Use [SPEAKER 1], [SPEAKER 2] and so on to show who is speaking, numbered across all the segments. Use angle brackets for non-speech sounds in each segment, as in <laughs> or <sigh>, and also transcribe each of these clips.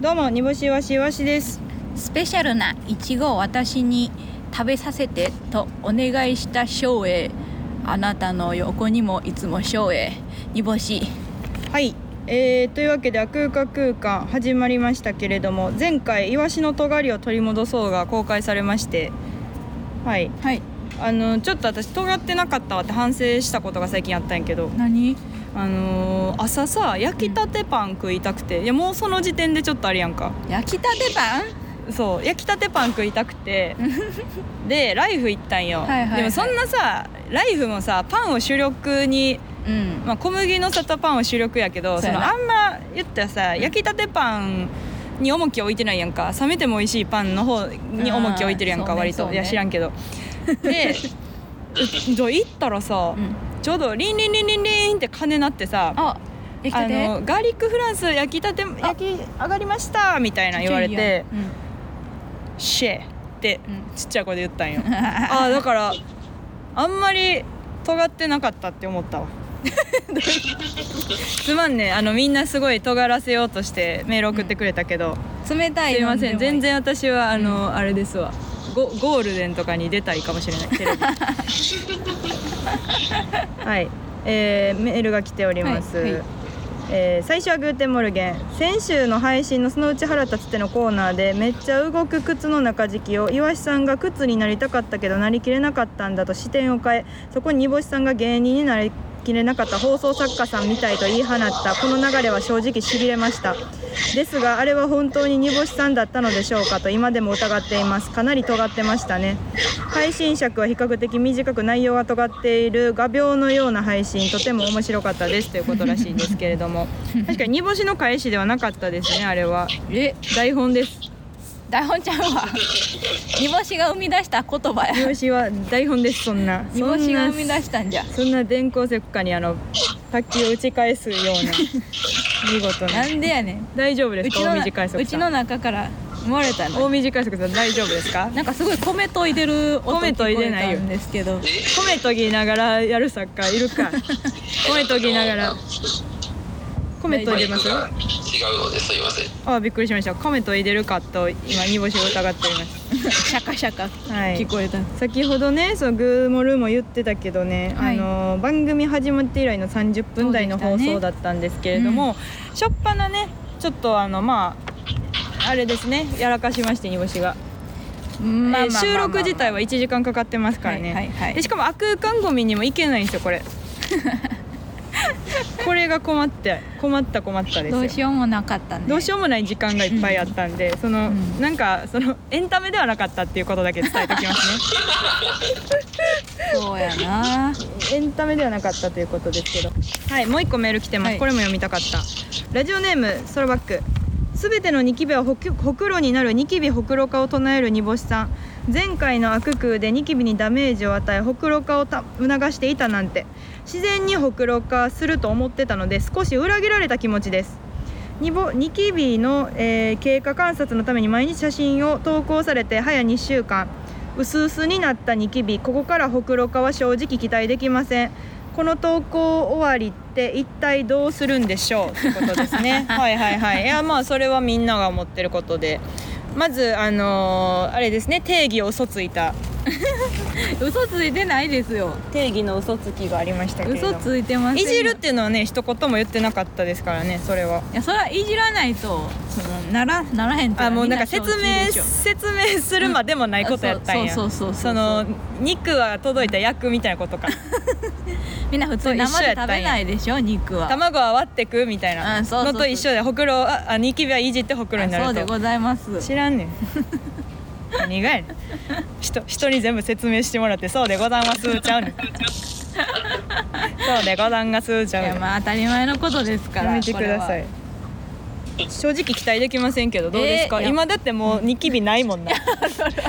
[SPEAKER 1] どうも煮干しわしわしです
[SPEAKER 2] スペシャルなイチゴを私に食べさせてとお願いした翔英あなたの横にもいつも翔英煮干し
[SPEAKER 1] はいえー、というわけで「空間空間」始まりましたけれども前回「イワシの尖りを取り戻そう」が公開されましてはい
[SPEAKER 2] はい
[SPEAKER 1] あのちょっと私尖ってなかったわって反省したことが最近あったんやけど
[SPEAKER 2] 何
[SPEAKER 1] あのー朝さ焼きたてパン食いたくて、いやもうその時点でちょっとあれやんか
[SPEAKER 2] 焼きたてパン
[SPEAKER 1] そう焼きたてパン食いたく
[SPEAKER 2] <laughs>
[SPEAKER 1] てでライフ行ったんよ、
[SPEAKER 2] はいはいはい
[SPEAKER 1] でもそんなさライフもさパンを主力に、
[SPEAKER 2] うん
[SPEAKER 1] まあ、小麦の里パンを主力やけど
[SPEAKER 2] そ
[SPEAKER 1] そうの
[SPEAKER 2] やな
[SPEAKER 1] あんま言ったらさ焼きたてパンに重きを置いてないやんか冷めても美味しいパンの方に重きを置いてるやんか
[SPEAKER 2] うん
[SPEAKER 1] 割と、
[SPEAKER 2] そうねそうね
[SPEAKER 1] いや知らんけど
[SPEAKER 2] <laughs>
[SPEAKER 1] でうじゃあ行ったらさ、
[SPEAKER 2] うん
[SPEAKER 1] ちょうどリンリンリンリンリンって鐘鳴ってさ
[SPEAKER 2] あ焼きた
[SPEAKER 1] あ
[SPEAKER 2] て
[SPEAKER 1] のガーリックフランス焼きたて焼き上がりましたみたいな言われて「シェ」って
[SPEAKER 2] うん
[SPEAKER 1] ちっちゃい声で言った
[SPEAKER 2] <laughs>
[SPEAKER 1] んよあーだからあんまり尖ってなかったって思
[SPEAKER 2] <laughs>
[SPEAKER 1] ったわすまんねあのみんなすごい尖らせようとしてメール送ってくれたけど、
[SPEAKER 2] うん冷たい
[SPEAKER 1] すい
[SPEAKER 2] の
[SPEAKER 1] ません
[SPEAKER 2] でもいい
[SPEAKER 1] 全然私はあの、あれですわゴゴールデンとかに出たいかもしれない
[SPEAKER 2] <laughs>
[SPEAKER 1] テレビはい、えーメールが来ております、
[SPEAKER 2] はいはい
[SPEAKER 1] えー最初はグーテンモルゲン先週の配信の「そのうち腹立つ」ってのコーナーでめっちゃ動く靴の中敷きを岩シさんが靴になりたかったけどなりきれなかったんだと視点を変えそこに煮干しさんが芸人になりきれなかった放送作家さんみたいと言い放ったこの流れは正直しびれましたですがあれは本当に煮干しさんだったのでしょうかと今でも疑っていますかなり尖ってましたね配信尺は比較的短く内容が尖っている画鋲のような配信とても面白かったですということらしいんですけれど
[SPEAKER 2] <laughs>
[SPEAKER 1] も確かに煮干しの返しではなかったですねあれは
[SPEAKER 2] え
[SPEAKER 1] 台本です
[SPEAKER 2] 台本ちゃんは煮干しが生み出した言葉
[SPEAKER 1] <laughs> 煮
[SPEAKER 2] や
[SPEAKER 1] 干しは台本ですそんな
[SPEAKER 2] 煮干しが生み出したんじゃ
[SPEAKER 1] そんな電光石火にあの卓球を打ち返すような見事
[SPEAKER 2] <laughs> な
[SPEAKER 1] なん
[SPEAKER 2] でやねん
[SPEAKER 1] 大丈夫で
[SPEAKER 2] う
[SPEAKER 1] す
[SPEAKER 2] ち
[SPEAKER 1] か
[SPEAKER 2] の
[SPEAKER 1] 大短い
[SPEAKER 2] な
[SPEAKER 1] 速
[SPEAKER 2] うちの
[SPEAKER 1] さん
[SPEAKER 2] 中から生まれたの
[SPEAKER 1] 大短い速さん大丈夫ですか
[SPEAKER 2] なんかすごい米といでる音
[SPEAKER 1] 米
[SPEAKER 2] 聞こ
[SPEAKER 1] といで
[SPEAKER 2] え
[SPEAKER 1] ないよ
[SPEAKER 2] たんですけど
[SPEAKER 1] 米研ぎながらやる作家いる <laughs> か米研ぎながら米研いでます
[SPEAKER 3] マイクが違うのですいません。 <laughs>
[SPEAKER 1] あびっくりしました米研いでるかと今煮干しを疑っています
[SPEAKER 2] シャカシャカ
[SPEAKER 1] はい
[SPEAKER 2] 聞こえた、
[SPEAKER 1] 先ほどねそのグーモルーも言ってたけどね、
[SPEAKER 2] はい
[SPEAKER 1] あの番組始まって以来の30分台の放送だったんですけれども、しょっぱなねちょっとあのまああれですねやらかしまして煮干しが、
[SPEAKER 2] まあ
[SPEAKER 1] えー
[SPEAKER 2] まあまあまあ
[SPEAKER 1] 収録自体は1時間かかってますからね、
[SPEAKER 2] はいはいはい
[SPEAKER 1] でしかも悪空間ゴミにも行けないんですよ
[SPEAKER 2] <laughs>
[SPEAKER 1] これこれが困って困った困ったですよ
[SPEAKER 2] どうしようもなかったね
[SPEAKER 1] どうしようもない時間がいっぱいあったんで、その、
[SPEAKER 2] うん
[SPEAKER 1] なんかそのエンタメではなかったっていうことだけ伝えておきますね
[SPEAKER 2] そうやな
[SPEAKER 1] エンタメではなかったということですけどはいもう一個メール来てます、
[SPEAKER 2] はい
[SPEAKER 1] これも読みたかったラジオネームソロバックすべてのニキビはほくほくろになるニキビほくろ化を唱える煮干しさん前回の悪空でニキビにダメージを与えほくろ化をた促していたなんて自然にほくろ化すると思ってたので少し裏切られた気持ちですニボニキビの、えー経過観察のために毎日写真を投稿されて早2週間薄々になったニキビここからほくろ化は正直期待できませんこの投稿終わりって一体どうするんでしょうってことです <laughs> ねはいはいはいいやまあそれはみんなが思ってることでまずあのーあれですね定義を嘘ついた
[SPEAKER 2] 嘘ついてないですよ
[SPEAKER 1] 定義の嘘つきがありましたけれど
[SPEAKER 2] 嘘ついてません
[SPEAKER 1] い
[SPEAKER 2] よ
[SPEAKER 1] じるっていうのはね一言も言ってなかったですからねそれはい
[SPEAKER 2] やそれはいじらないとそのならならへんって
[SPEAKER 1] あもうなんか
[SPEAKER 2] み
[SPEAKER 1] 説
[SPEAKER 2] 承知
[SPEAKER 1] 明
[SPEAKER 2] でしょ
[SPEAKER 1] 説明するまでもないことやったんや
[SPEAKER 2] あそうそうそうそう
[SPEAKER 1] その肉は届いた役みたいなことか
[SPEAKER 2] みんな普通に生で食べないでしょ肉は
[SPEAKER 1] 卵は割ってくみたいな
[SPEAKER 2] あそうそう
[SPEAKER 1] のと一緒でほくろああニキビはいじってほくろにな
[SPEAKER 2] あそう
[SPEAKER 1] る
[SPEAKER 2] で
[SPEAKER 1] と
[SPEAKER 2] ございます
[SPEAKER 1] 知らんねん何がやねん人人に全部説明してもらってそうでござんますちゃうねんそうでござんがすちゃう
[SPEAKER 2] い
[SPEAKER 1] ね
[SPEAKER 2] や
[SPEAKER 1] ん
[SPEAKER 2] まあ当たり前のことですから
[SPEAKER 1] やめてください正直期待できませんけどどうですか、
[SPEAKER 2] えーいや
[SPEAKER 1] 今だってもうニキビないも
[SPEAKER 2] <laughs>
[SPEAKER 1] んな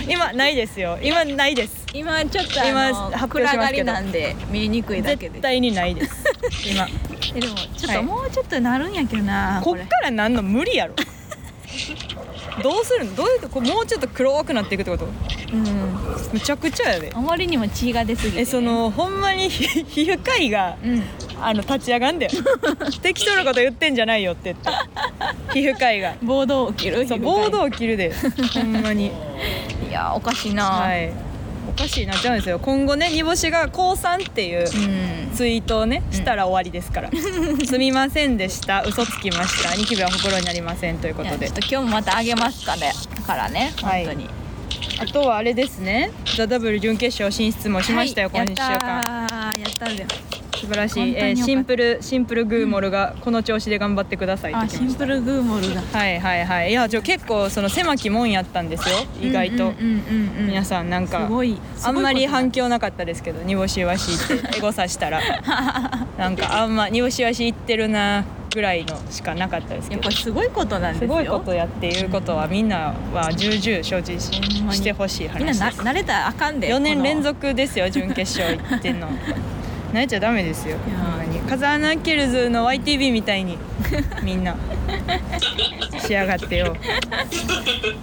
[SPEAKER 1] 今ないですよ今ないです
[SPEAKER 2] これは今ちょっとあ
[SPEAKER 1] 今
[SPEAKER 2] の
[SPEAKER 1] 発表
[SPEAKER 2] 暗
[SPEAKER 1] しま
[SPEAKER 2] が
[SPEAKER 1] すけ
[SPEAKER 2] り
[SPEAKER 1] ど
[SPEAKER 2] なんで見えにくいだけで
[SPEAKER 1] 絶対にないです今
[SPEAKER 2] えでもちょっ
[SPEAKER 1] はい
[SPEAKER 2] ともうちょっとなるんやけどな、
[SPEAKER 1] こ
[SPEAKER 2] これ
[SPEAKER 1] っからなんの無理
[SPEAKER 2] <laughs>
[SPEAKER 1] やろどうするのどういうとこもうちょっと黒くなっていくってこと
[SPEAKER 2] うん
[SPEAKER 1] むちゃくちゃやで
[SPEAKER 2] あまりにも血が出すぎて、ね、
[SPEAKER 1] えそのほんまに <laughs> ひ皮膚科医が
[SPEAKER 2] うん <laughs>
[SPEAKER 1] あの立ち上がんだよ適当なこと言ってんじゃないよって言って皮膚科医が
[SPEAKER 2] 暴動起きる
[SPEAKER 1] そう
[SPEAKER 2] 皮膚科医
[SPEAKER 1] ボードを着るでほんまに
[SPEAKER 2] いやーおかしいな、
[SPEAKER 1] はいおかしいなっちゃうんですよ今後ね煮干しが高3っていう
[SPEAKER 2] うん
[SPEAKER 1] ツイートをねしたら終わりですから、すみませんでした嘘つきましたニキビは心になりませんというこ
[SPEAKER 2] いや
[SPEAKER 1] と
[SPEAKER 2] ちょ
[SPEAKER 1] で
[SPEAKER 2] っと今日もまたあげますからねからね
[SPEAKER 1] はい
[SPEAKER 2] 本当に、
[SPEAKER 1] あとはあれですね「ザ・ダブル準決勝進出もしましたよ、
[SPEAKER 2] は
[SPEAKER 1] 今
[SPEAKER 2] い
[SPEAKER 1] 週間
[SPEAKER 2] やったーやったぜ
[SPEAKER 1] 素晴らし
[SPEAKER 2] 本
[SPEAKER 1] い、
[SPEAKER 2] 当に
[SPEAKER 1] え
[SPEAKER 2] よかっ
[SPEAKER 1] ー
[SPEAKER 2] た
[SPEAKER 1] シンプルシンプルグーモルがこの調子で頑張ってくださいって
[SPEAKER 2] あ
[SPEAKER 1] き
[SPEAKER 2] シ
[SPEAKER 1] ま
[SPEAKER 2] ン
[SPEAKER 1] した
[SPEAKER 2] プルグーモルだ
[SPEAKER 1] はいはいはいいやじゃあ結構その狭き門やったんですよ意外と、
[SPEAKER 2] うんうんうんうん
[SPEAKER 1] 皆さんなんか
[SPEAKER 2] すごい
[SPEAKER 1] あんまり反
[SPEAKER 2] 響
[SPEAKER 1] 響なかったですけど煮干しわしい
[SPEAKER 2] <laughs>
[SPEAKER 1] ってエゴさしたらなんかあんま煮干しわしいってるなぐらいのしかなかったですけ
[SPEAKER 2] やっ
[SPEAKER 1] ど
[SPEAKER 2] ぱりすごいことなんです
[SPEAKER 1] す
[SPEAKER 2] よ
[SPEAKER 1] ごいことやっていうことはみんなは重々承知し
[SPEAKER 2] ほんまに
[SPEAKER 1] してほしい
[SPEAKER 2] みんな
[SPEAKER 1] 話
[SPEAKER 2] な
[SPEAKER 1] です
[SPEAKER 2] 慣れたらあかんで
[SPEAKER 1] 4
[SPEAKER 2] こ
[SPEAKER 1] 年
[SPEAKER 2] の
[SPEAKER 1] 連続です
[SPEAKER 2] <laughs>
[SPEAKER 1] よ準決勝行ってんの慣れちゃダメですよ
[SPEAKER 2] いやー
[SPEAKER 1] ほんまにカザーナキルズの YTV みた
[SPEAKER 2] <laughs>
[SPEAKER 1] いにみんな仕上がってよ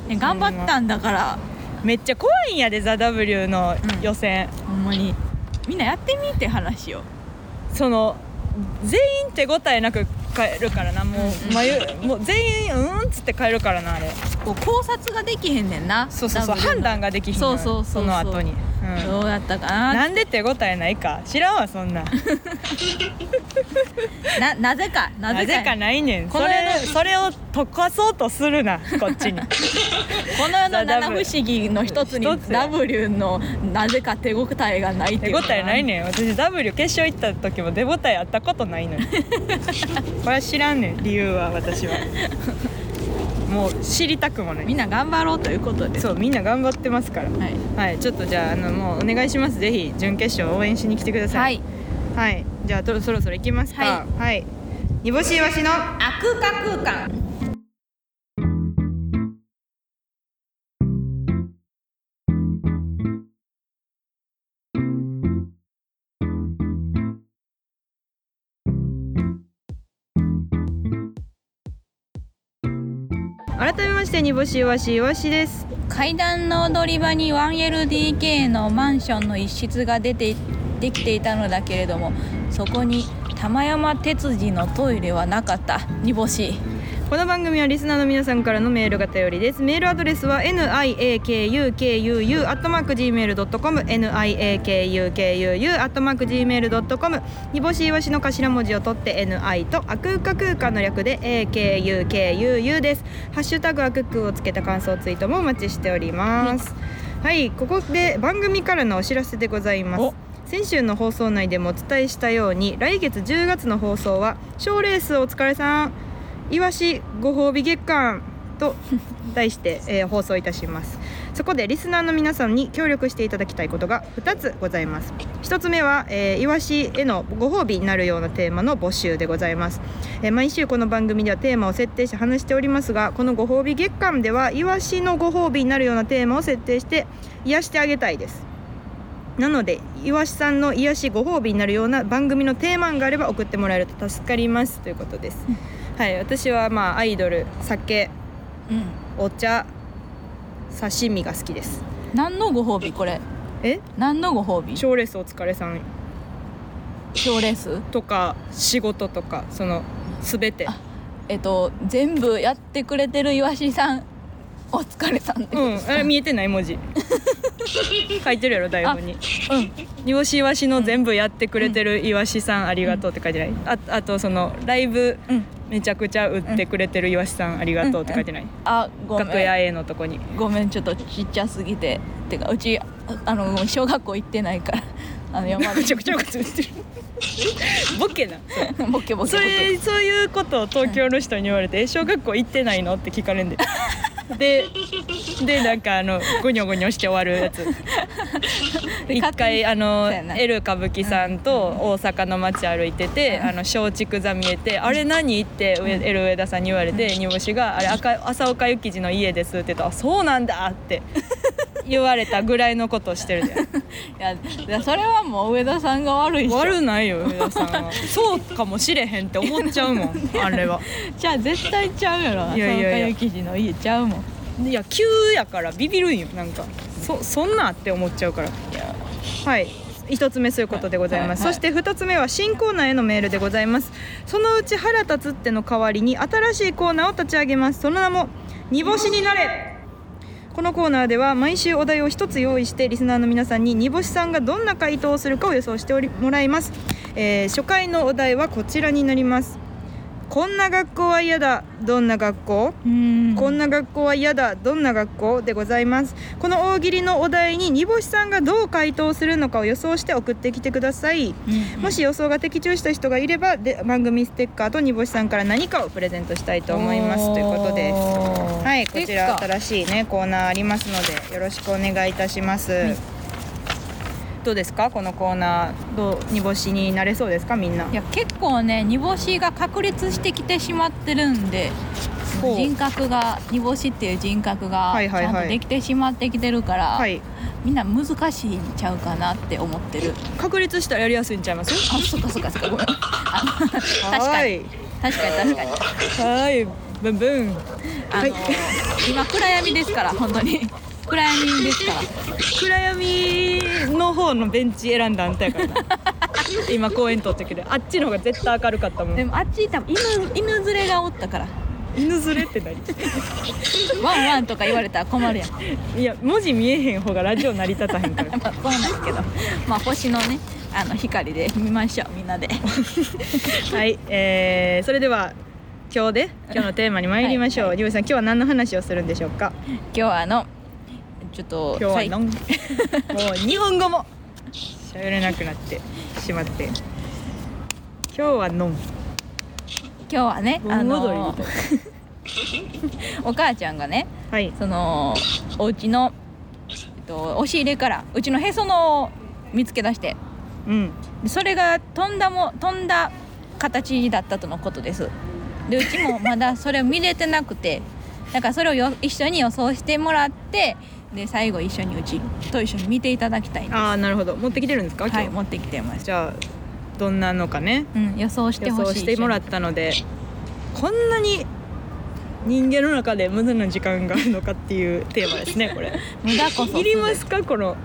[SPEAKER 2] ね頑張ったんだから
[SPEAKER 1] めっちゃ怖いんやで「ザ・ w の予選、
[SPEAKER 2] ほんまにみんなやってみって話を
[SPEAKER 1] その全員手応えなく帰るからなも
[SPEAKER 2] うんう
[SPEAKER 1] うん眉、もう全員「うん」っつって帰るからなあれ
[SPEAKER 2] こう考察ができへんねんな
[SPEAKER 1] そうそうそう
[SPEAKER 2] W の
[SPEAKER 1] 判断ができひんのよ
[SPEAKER 2] そうそうそうそ
[SPEAKER 1] そ
[SPEAKER 2] う
[SPEAKER 1] の後に、うん
[SPEAKER 2] どうやったかな
[SPEAKER 1] なんで手応えないか知らんわそんなん
[SPEAKER 2] ななぜかな
[SPEAKER 1] な
[SPEAKER 2] ぜか
[SPEAKER 1] ぜかないねんそ
[SPEAKER 2] この
[SPEAKER 1] れ
[SPEAKER 2] 間
[SPEAKER 1] それを溶かそうとする
[SPEAKER 2] <laughs>
[SPEAKER 1] なこっちに
[SPEAKER 2] この世の
[SPEAKER 1] ザ
[SPEAKER 2] 七不思議の一つに
[SPEAKER 1] 一つ
[SPEAKER 2] W のなぜか手応えがないってい
[SPEAKER 1] 手
[SPEAKER 2] う
[SPEAKER 1] 応
[SPEAKER 2] か
[SPEAKER 1] えないねん私 W 決勝行った時も手応えあったことない
[SPEAKER 2] <laughs>
[SPEAKER 1] のにこれは知らんねん理由は私はもう知りたくもない
[SPEAKER 2] みんな頑張ろうということです
[SPEAKER 1] そうみんな頑張ってますから
[SPEAKER 2] はい、
[SPEAKER 1] はいちょっとじゃああのもうお願いしますぜひ準決勝応援しに来てくださ
[SPEAKER 2] はいい、
[SPEAKER 1] はい、じゃあとそろそろ行きますか
[SPEAKER 2] は
[SPEAKER 1] はい煮干しいわしの
[SPEAKER 2] あ空間空間
[SPEAKER 1] 改めまして煮干しいわしいわしです
[SPEAKER 2] 階段の踊り場に 1LDK のマンションの一室が出てできていたのだけれどもそこに玉山哲司のトイレはなかった煮干し
[SPEAKER 1] この番組はリスナーの皆さんからのメールが頼りですメールアドレスは niakukuu.gmail.com niakukuu.gmail.com 煮干しいわしの頭文字を取って ni とあくうか空間の略で akukuu ですハッシュタグあくくをつけた感想ツイートもお待ちしておりますはいここで番組からのお知らせでございます
[SPEAKER 2] お
[SPEAKER 1] 先週の放送内でもお伝えしたように来月10月の放送は賞ーレースお疲れさんイワシご褒美月間と題して、えー放送いたしますそこでリスナーの皆さんに協力していただきたいことが2つございます1つ目は、えーイワシへのご褒美になるようなテーマの募集でございます、えー毎週この番組ではテーマを設定して話しておりますがこのご褒美月間ではイワシのご褒美になるようなテーマを設定して癒してあげたいですなのでイワシさんの癒しご褒美になるような番組のテーマがあれば送ってもらえると助かりますということですはい私はまあアイドル酒
[SPEAKER 2] うん
[SPEAKER 1] お茶刺身が好きです
[SPEAKER 2] 何のご褒美これ
[SPEAKER 1] え
[SPEAKER 2] 何のご褒美
[SPEAKER 1] 賞レースお疲れさん
[SPEAKER 2] 賞レース
[SPEAKER 1] とか仕事とかその全て
[SPEAKER 2] えっと全部やってくれてる岩井さんお疲れさん
[SPEAKER 1] うんあれ見えてない文 <laughs> 字書いてるやろ台本に
[SPEAKER 2] うん
[SPEAKER 1] 煮干しイワシの全部やってくれてるイワシさんありがとうって書いてないああとそのライブ
[SPEAKER 2] うん
[SPEAKER 1] めちゃくちゃ売ってくれてるイワシさんありがとうって書いてない
[SPEAKER 2] あご
[SPEAKER 1] 楽
[SPEAKER 2] め
[SPEAKER 1] 屋
[SPEAKER 2] ん
[SPEAKER 1] A のとこに
[SPEAKER 2] ごめんちょっとちっちゃすぎててかうちああのごめん小学校行ってないから <laughs> あの山で
[SPEAKER 1] めちゃくちゃよかったです <laughs> ボケなそう
[SPEAKER 2] ボケボケ
[SPEAKER 1] そ
[SPEAKER 2] ボケ
[SPEAKER 1] れそういうことを東京の人に言われて「え小学校行ってないの?」って聞かれんで <laughs> ででなんかあのゴニョゴニョして終わるや
[SPEAKER 2] <laughs>
[SPEAKER 1] つ
[SPEAKER 2] で
[SPEAKER 1] 一
[SPEAKER 2] 勝手に
[SPEAKER 1] 回あの
[SPEAKER 2] そうやな
[SPEAKER 1] L 歌舞伎さんと大阪の街歩いててあの松竹座見えて「あれ何?」って上 L 上田さんに言われて煮干しが「あれ赤浅岡幸二の家です」って言ったらあ「そうなんだ」って
[SPEAKER 2] <laughs>
[SPEAKER 1] 言われたぐらいのことをしてるで
[SPEAKER 2] いやいやそれはもう上田さんが悪いっしょ
[SPEAKER 1] 悪ないよ上田さんはそうかもしれへんって思っちゃうもんあれは。
[SPEAKER 2] じゃあ絶対ちゃうやろ
[SPEAKER 1] いやいやいや
[SPEAKER 2] そうかゆきじの家ちゃうもん
[SPEAKER 1] いや急やからビビるんよなんかそそんなって思っちゃうからはい一つ目そういうことでございます、
[SPEAKER 2] はいはい
[SPEAKER 1] そして二つ目は新コーナーへのメールでございますそのうち腹立つっての代わりに新しいコーナーを立ち上げますその名も煮干しになれこのコーナーでは毎週お題を一つ用意してリスナーの皆さんに煮干しさんがどんな回答をするかを予想しておりもらいます、えー初回のお題はこちらになりますこんな学校は嫌だどんな学校
[SPEAKER 2] うん
[SPEAKER 1] こんな学校は嫌だどんな学校でございますこの大喜利のお題に煮干しさんがどう回答するのかを予想して送ってきてください
[SPEAKER 2] うん
[SPEAKER 1] もし予想が的中した人がいればで番組ステッカーと煮干しさんから何かをプレゼントしたいと思います
[SPEAKER 2] おー
[SPEAKER 1] ということですはいこち
[SPEAKER 2] で
[SPEAKER 1] ら
[SPEAKER 2] すか
[SPEAKER 1] 新しいねコーナーありますのでよろしくお願いいたします、
[SPEAKER 2] い
[SPEAKER 1] どうですかこのコーナーどう煮干しになれそうですかみんない
[SPEAKER 2] や結構ね煮干しが確立してきてしまってるんで
[SPEAKER 1] ほう
[SPEAKER 2] 人格が煮干しっていう人格が
[SPEAKER 1] はい
[SPEAKER 2] ち
[SPEAKER 1] はい
[SPEAKER 2] ゃ
[SPEAKER 1] はい
[SPEAKER 2] んとできてしまってきてるから、
[SPEAKER 1] はい
[SPEAKER 2] みんな難しいんちゃうかなって思ってる
[SPEAKER 1] 確立したらやりやすいんちゃいます
[SPEAKER 2] あそっかそっかそっかごめんあの確か
[SPEAKER 1] は
[SPEAKER 2] に
[SPEAKER 1] い
[SPEAKER 2] 確かに確かに
[SPEAKER 1] はいブンブン
[SPEAKER 2] あの、今暗闇ですから本当に暗闇ですから
[SPEAKER 1] 暗闇の方のベンチ選んだあんたや
[SPEAKER 2] <laughs>
[SPEAKER 1] からな今公園撮ったけどあっちの方が絶対明るかったも
[SPEAKER 2] で
[SPEAKER 1] ん
[SPEAKER 2] もあっち多分犬犬連れがおったから
[SPEAKER 1] 犬連れって何
[SPEAKER 2] ワンワンとか言われたら困るやん
[SPEAKER 1] いや文字見えへん方がラジオ成り立たへん
[SPEAKER 2] <laughs>
[SPEAKER 1] から
[SPEAKER 2] まあ、そうなんですけど、まあ、星のね、あの光で見ましょう、みんなで。
[SPEAKER 1] はい、えー、それでは今日で今日のテーマに参りましょう、
[SPEAKER 2] はい
[SPEAKER 1] リュウジさん今日は何の話をするんでしょうか
[SPEAKER 2] 今日はあの、ちょっと、
[SPEAKER 1] 今
[SPEAKER 2] さい
[SPEAKER 1] 日はのんもう日本語も喋れなくなってしまって今日はのん
[SPEAKER 2] 今日はね、あ
[SPEAKER 1] 盆踊りみ
[SPEAKER 2] の
[SPEAKER 1] たい、
[SPEAKER 2] お母ちゃんがね、
[SPEAKER 1] はい
[SPEAKER 2] その、お家の、えっと、押し入れから、うちのへその緒を見つけ出して、
[SPEAKER 1] うん
[SPEAKER 2] でそれが飛んだも、飛んだ形だったとのことです。で、うちもまだそれを見れてなくて、だからそれをよ一緒に予想してもらって、で、最後一緒にうちと一緒に見ていただきたいな
[SPEAKER 1] ああなるほど持ってきてるんですか今日、
[SPEAKER 2] はい、持ってきてます。
[SPEAKER 1] じゃあどんなのかね
[SPEAKER 2] うん、予想して
[SPEAKER 1] 予
[SPEAKER 2] ほ
[SPEAKER 1] 想
[SPEAKER 2] しい。
[SPEAKER 1] してもらったのでこんなに人間の中で無駄な時間があるのかっていうテーマです
[SPEAKER 2] <laughs>
[SPEAKER 1] ねこれ
[SPEAKER 2] 無駄こそ。
[SPEAKER 1] いりますかこの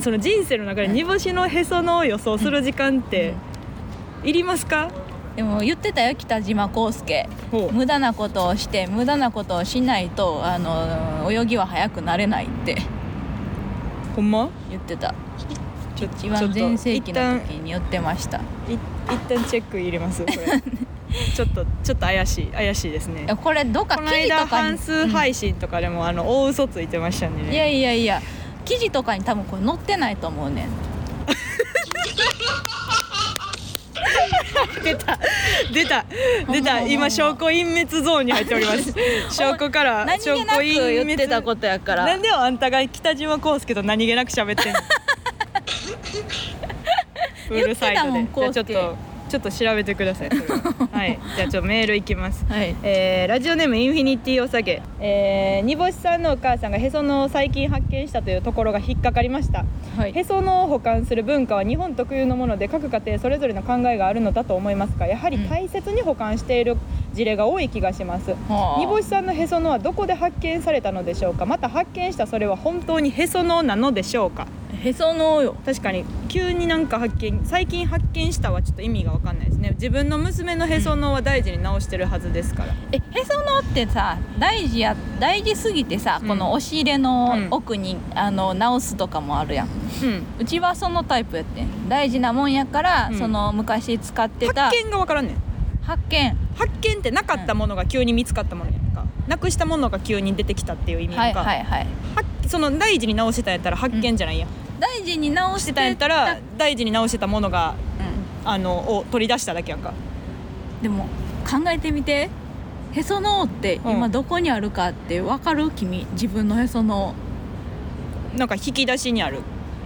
[SPEAKER 1] その人生の中で煮干しのへその緒を予想する時間っていりますか
[SPEAKER 2] でも言ってたよ、北島康介。
[SPEAKER 1] ほう
[SPEAKER 2] 無駄なことをして、無駄なことをしないと、あの泳ぎは速くなれないって
[SPEAKER 1] ほんま
[SPEAKER 2] 言ってた。
[SPEAKER 1] ちょ
[SPEAKER 2] 一
[SPEAKER 1] ちょ
[SPEAKER 2] 番
[SPEAKER 1] っと
[SPEAKER 2] 全盛期
[SPEAKER 1] 一
[SPEAKER 2] の
[SPEAKER 1] 旦
[SPEAKER 2] 時に言ってました。い
[SPEAKER 1] い一旦チェック入れます
[SPEAKER 2] <laughs>
[SPEAKER 1] これちょっとちょっと怪しい怪しいですね
[SPEAKER 2] やこれどっか
[SPEAKER 1] この
[SPEAKER 2] 記事
[SPEAKER 1] 間
[SPEAKER 2] とか
[SPEAKER 1] 半
[SPEAKER 2] に。
[SPEAKER 1] 数配信とかでもあの大嘘ついてましたんで
[SPEAKER 2] うん
[SPEAKER 1] ね
[SPEAKER 2] いやいやいや、記事とかに多分これ載ってないと思うねん。
[SPEAKER 1] 出た出た出
[SPEAKER 2] ほんまほんま
[SPEAKER 1] た
[SPEAKER 2] ほんま
[SPEAKER 1] 今証拠隠滅ゾーンに入っております
[SPEAKER 2] <laughs>
[SPEAKER 1] 証拠から
[SPEAKER 2] 何
[SPEAKER 1] 証
[SPEAKER 2] 気な
[SPEAKER 1] 拠
[SPEAKER 2] く
[SPEAKER 1] 隠滅
[SPEAKER 2] 言ってたことやから。
[SPEAKER 1] なんでよあんたが北島康介と何気なく喋
[SPEAKER 2] <laughs>
[SPEAKER 1] ってんのプールサイド
[SPEAKER 2] 言っ
[SPEAKER 1] で
[SPEAKER 2] てた
[SPEAKER 1] じ
[SPEAKER 2] も
[SPEAKER 1] ゃ
[SPEAKER 2] ん
[SPEAKER 1] あちょっ
[SPEAKER 2] 康介
[SPEAKER 1] とちょっと調べてくだ
[SPEAKER 2] <laughs>
[SPEAKER 1] さいそれははいじゃあちょっとメールいきます
[SPEAKER 2] はい。
[SPEAKER 1] えーラジオネームインフィニティおさげ、えー、煮干しさんのお母さんがへその緒を最近発見したというところが引っかかりました
[SPEAKER 2] はい。
[SPEAKER 1] へその緒を保管する文化は日本特有のもので各家庭それぞれの考えがあるのだと思いますがやはり大切に保管している事例が多い気がします、
[SPEAKER 2] はあ
[SPEAKER 1] 煮干しさんのへその緒はどこで発見されたのでしょうかまた発見したそれは本当にへその緒なのでしょうか
[SPEAKER 2] へその緒よ。
[SPEAKER 1] 確かに急になんか発見最近発見したはちょっと意味が分かんないですね自分の娘のへその緒は大事に直してるはずですから、
[SPEAKER 2] えへその緒ってさ大事や大事すぎてさ、
[SPEAKER 1] うん
[SPEAKER 2] この押し入れの奥に、あの直すとかもあるやん
[SPEAKER 1] うん
[SPEAKER 2] うちはそのタイプやってん大事なもんやから、
[SPEAKER 1] うん
[SPEAKER 2] その昔使ってた
[SPEAKER 1] 発見が分からんねん
[SPEAKER 2] 発見
[SPEAKER 1] 発見ってなかったものが急に見つかったものやんか、なくしたものが急に出てきたっていう意味
[SPEAKER 2] は
[SPEAKER 1] や
[SPEAKER 2] い
[SPEAKER 1] んか、
[SPEAKER 2] はいはい
[SPEAKER 1] はっその大事に直してたんやったら発見じゃないや、ん、
[SPEAKER 2] 大事に直
[SPEAKER 1] し
[SPEAKER 2] してて
[SPEAKER 1] たんやったら大事に直してたものが
[SPEAKER 2] う
[SPEAKER 1] あのを取り出しただけやんか
[SPEAKER 2] んでも考えてみてへその緒って
[SPEAKER 1] うん
[SPEAKER 2] 今どこにあるかって分かる君自分のへその
[SPEAKER 1] なんか引き出しにある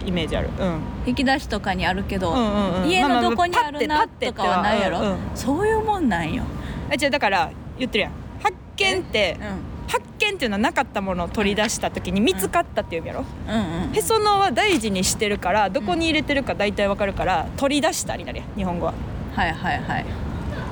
[SPEAKER 1] イメージある、うん、
[SPEAKER 2] 緒引き出しとかにあるけど、
[SPEAKER 1] うんうんうん
[SPEAKER 2] 家
[SPEAKER 1] ま
[SPEAKER 2] の
[SPEAKER 1] あまあ
[SPEAKER 2] どこにある
[SPEAKER 1] パ
[SPEAKER 2] な
[SPEAKER 1] ッて
[SPEAKER 2] とかはないやろ、
[SPEAKER 1] うんうん
[SPEAKER 2] そういうもんなんよ、
[SPEAKER 1] えじゃあだから言ってるやん発見って
[SPEAKER 2] う
[SPEAKER 1] 発見っていうのはなかったものを取り出した時に見つかったっていう意味やろ、
[SPEAKER 2] ん、うんうん
[SPEAKER 1] へその緒は大事にしてるからどこに入れてるか大体わかるから取り出したになるやん日本語は
[SPEAKER 2] はいはいはい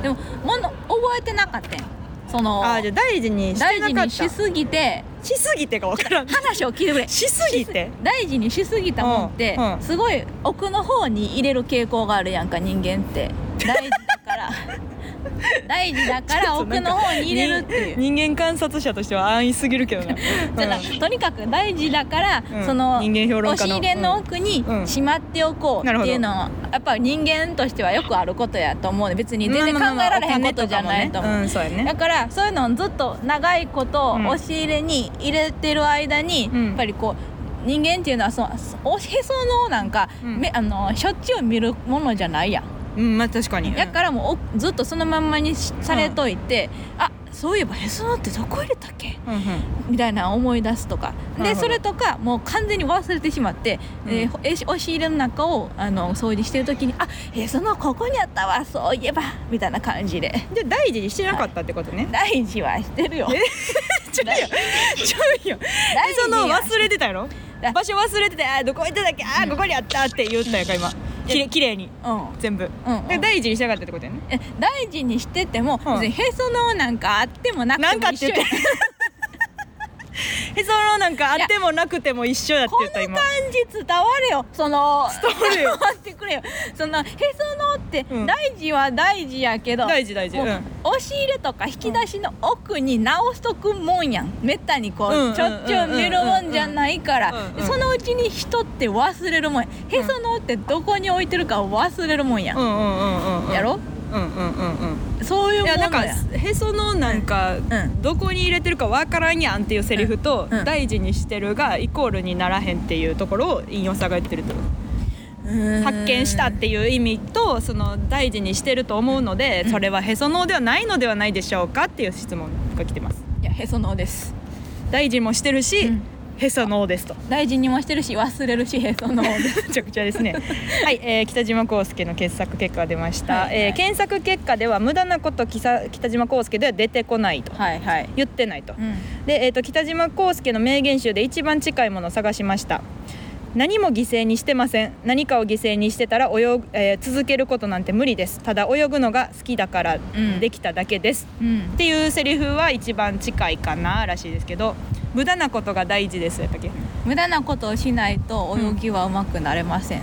[SPEAKER 2] でももの覚えてなかったんその
[SPEAKER 1] あーじゃあ大事にして
[SPEAKER 2] 大
[SPEAKER 1] な
[SPEAKER 2] 事
[SPEAKER 1] かった
[SPEAKER 2] にしすぎて
[SPEAKER 1] しすぎてがわ
[SPEAKER 2] <laughs>
[SPEAKER 1] からん
[SPEAKER 2] 話を聞いてくれ
[SPEAKER 1] しすぎて
[SPEAKER 2] 大事にしすぎたもんって、
[SPEAKER 1] うんうん
[SPEAKER 2] すごい奥の方に入れる傾向があるやんか人間って大事だから
[SPEAKER 1] <laughs>
[SPEAKER 2] 大事だから
[SPEAKER 1] ちょっとな
[SPEAKER 2] 奥
[SPEAKER 1] んか
[SPEAKER 2] の方に入れるっていう。
[SPEAKER 1] 人間観察者としては安易すぎるけ
[SPEAKER 2] <laughs>
[SPEAKER 1] どな
[SPEAKER 2] ただとにかく大事だから、
[SPEAKER 1] うん
[SPEAKER 2] その
[SPEAKER 1] 人間評論
[SPEAKER 2] 押
[SPEAKER 1] 家
[SPEAKER 2] し
[SPEAKER 1] の
[SPEAKER 2] 入れの奥に
[SPEAKER 1] うん
[SPEAKER 2] しまっておこうっていうのは、やっぱり人間としてはよくあることやと思うね別に全然考えられへんことじゃないと思う。
[SPEAKER 1] うんそうやね
[SPEAKER 2] だからそういうのをずっと長いこと
[SPEAKER 1] うん
[SPEAKER 2] 押し入れに入れてる間に、
[SPEAKER 1] うん
[SPEAKER 2] やっぱりこう人間っていうのはそおへそのなんか、
[SPEAKER 1] うん
[SPEAKER 2] めあのしょっちゅう見るものじゃないやん。
[SPEAKER 1] うんまあ確かに
[SPEAKER 2] だからもうおずっとそのまんまにしされといて、あそういえばへそのってどこ入れたっけ
[SPEAKER 1] うんうん
[SPEAKER 2] みたいなのを思い出すとか
[SPEAKER 1] なる
[SPEAKER 2] で
[SPEAKER 1] ほど
[SPEAKER 2] それとかもう完全に忘れてしまって、
[SPEAKER 1] うん
[SPEAKER 2] えーほえし押し入れの中をあの掃除してる時に「あへそのここにあったわそういえば」みたいな感じで
[SPEAKER 1] じゃあ大事にしてなかったってことね、
[SPEAKER 2] 大事はしてるよ。
[SPEAKER 1] ちょいよちょいよ
[SPEAKER 2] 大
[SPEAKER 1] え
[SPEAKER 2] 事
[SPEAKER 1] その
[SPEAKER 2] は
[SPEAKER 1] 忘れてたやろ
[SPEAKER 2] あ
[SPEAKER 1] 場所忘れててあーどこ行っただっけあーここにあったって言ったやんか今きれきれいに
[SPEAKER 2] うん
[SPEAKER 1] 全部
[SPEAKER 2] うんう
[SPEAKER 1] で
[SPEAKER 2] ん
[SPEAKER 1] 大事にしたかったってことやね
[SPEAKER 2] え大事にしてても、
[SPEAKER 1] うん
[SPEAKER 2] 別にへそのなんかあってもなく
[SPEAKER 1] な
[SPEAKER 2] て
[SPEAKER 1] んか
[SPEAKER 2] も
[SPEAKER 1] って
[SPEAKER 2] 一緒
[SPEAKER 1] 言っ
[SPEAKER 2] や
[SPEAKER 1] てへそのなんかあってもなくても一緒だって
[SPEAKER 2] こ
[SPEAKER 1] 言
[SPEAKER 2] の
[SPEAKER 1] った
[SPEAKER 2] 感
[SPEAKER 1] 今
[SPEAKER 2] じ伝われよその
[SPEAKER 1] 伝わるよ
[SPEAKER 2] 伝わってくれよそのへそのって
[SPEAKER 1] うん
[SPEAKER 2] 大事は大事やけど、
[SPEAKER 1] 大事大事
[SPEAKER 2] もう
[SPEAKER 1] うん
[SPEAKER 2] 押し入れとか引き出しの奥に直しとくもんやんめったにこう、
[SPEAKER 1] うん
[SPEAKER 2] ちょっちゅう見るもんじゃないから、
[SPEAKER 1] うんうんうん
[SPEAKER 2] そのうちに人って忘れるもんやへそのってどこに置いてるか忘れるもんや、
[SPEAKER 1] うんうんうんうん
[SPEAKER 2] やろ
[SPEAKER 1] うんうんうんうん
[SPEAKER 2] そういう
[SPEAKER 1] い
[SPEAKER 2] もん
[SPEAKER 1] やなんか
[SPEAKER 2] や
[SPEAKER 1] へそのなんか、
[SPEAKER 2] ん
[SPEAKER 1] どこに入れてるかわからんやんっていうセリフと、
[SPEAKER 2] うんうん
[SPEAKER 1] 大事にしてるがイコールにならへんっていうところを引用さんが言ってると
[SPEAKER 2] うん
[SPEAKER 1] 発見したっていう意味とその大事にしてると思うので、
[SPEAKER 2] うん
[SPEAKER 1] それはへその緒ではないのではないでしょうかっていう質問が来てます
[SPEAKER 2] いやへその緒です
[SPEAKER 1] 大事もしてるし、
[SPEAKER 2] うん
[SPEAKER 1] へその緒ですと <laughs>
[SPEAKER 2] 大事にもしてるし忘れるしへその緒です
[SPEAKER 1] めちゃくちゃです
[SPEAKER 2] <laughs>
[SPEAKER 1] ねはい、えー北島康介の傑作結果が出ました、
[SPEAKER 2] はい
[SPEAKER 1] えー検索結果では無駄なこときさ北島康介で <laughs> は出てこないと
[SPEAKER 2] はいはい、
[SPEAKER 1] 言ってないと、
[SPEAKER 2] うん、
[SPEAKER 1] で、えー、と北島康介の名言集で一番近いものを探しました何も犠牲にしてません何かを犠牲にしてたら泳ぐ、えー続けることなんて無理ですただ泳ぐのが好きだから
[SPEAKER 2] うん
[SPEAKER 1] できただけです、
[SPEAKER 2] うん
[SPEAKER 1] っ、ていうセリフは一番近いかならしいですけど無駄なことが大事ですやったっけ
[SPEAKER 2] 無駄なことをしないと泳ぎはうまくなれません、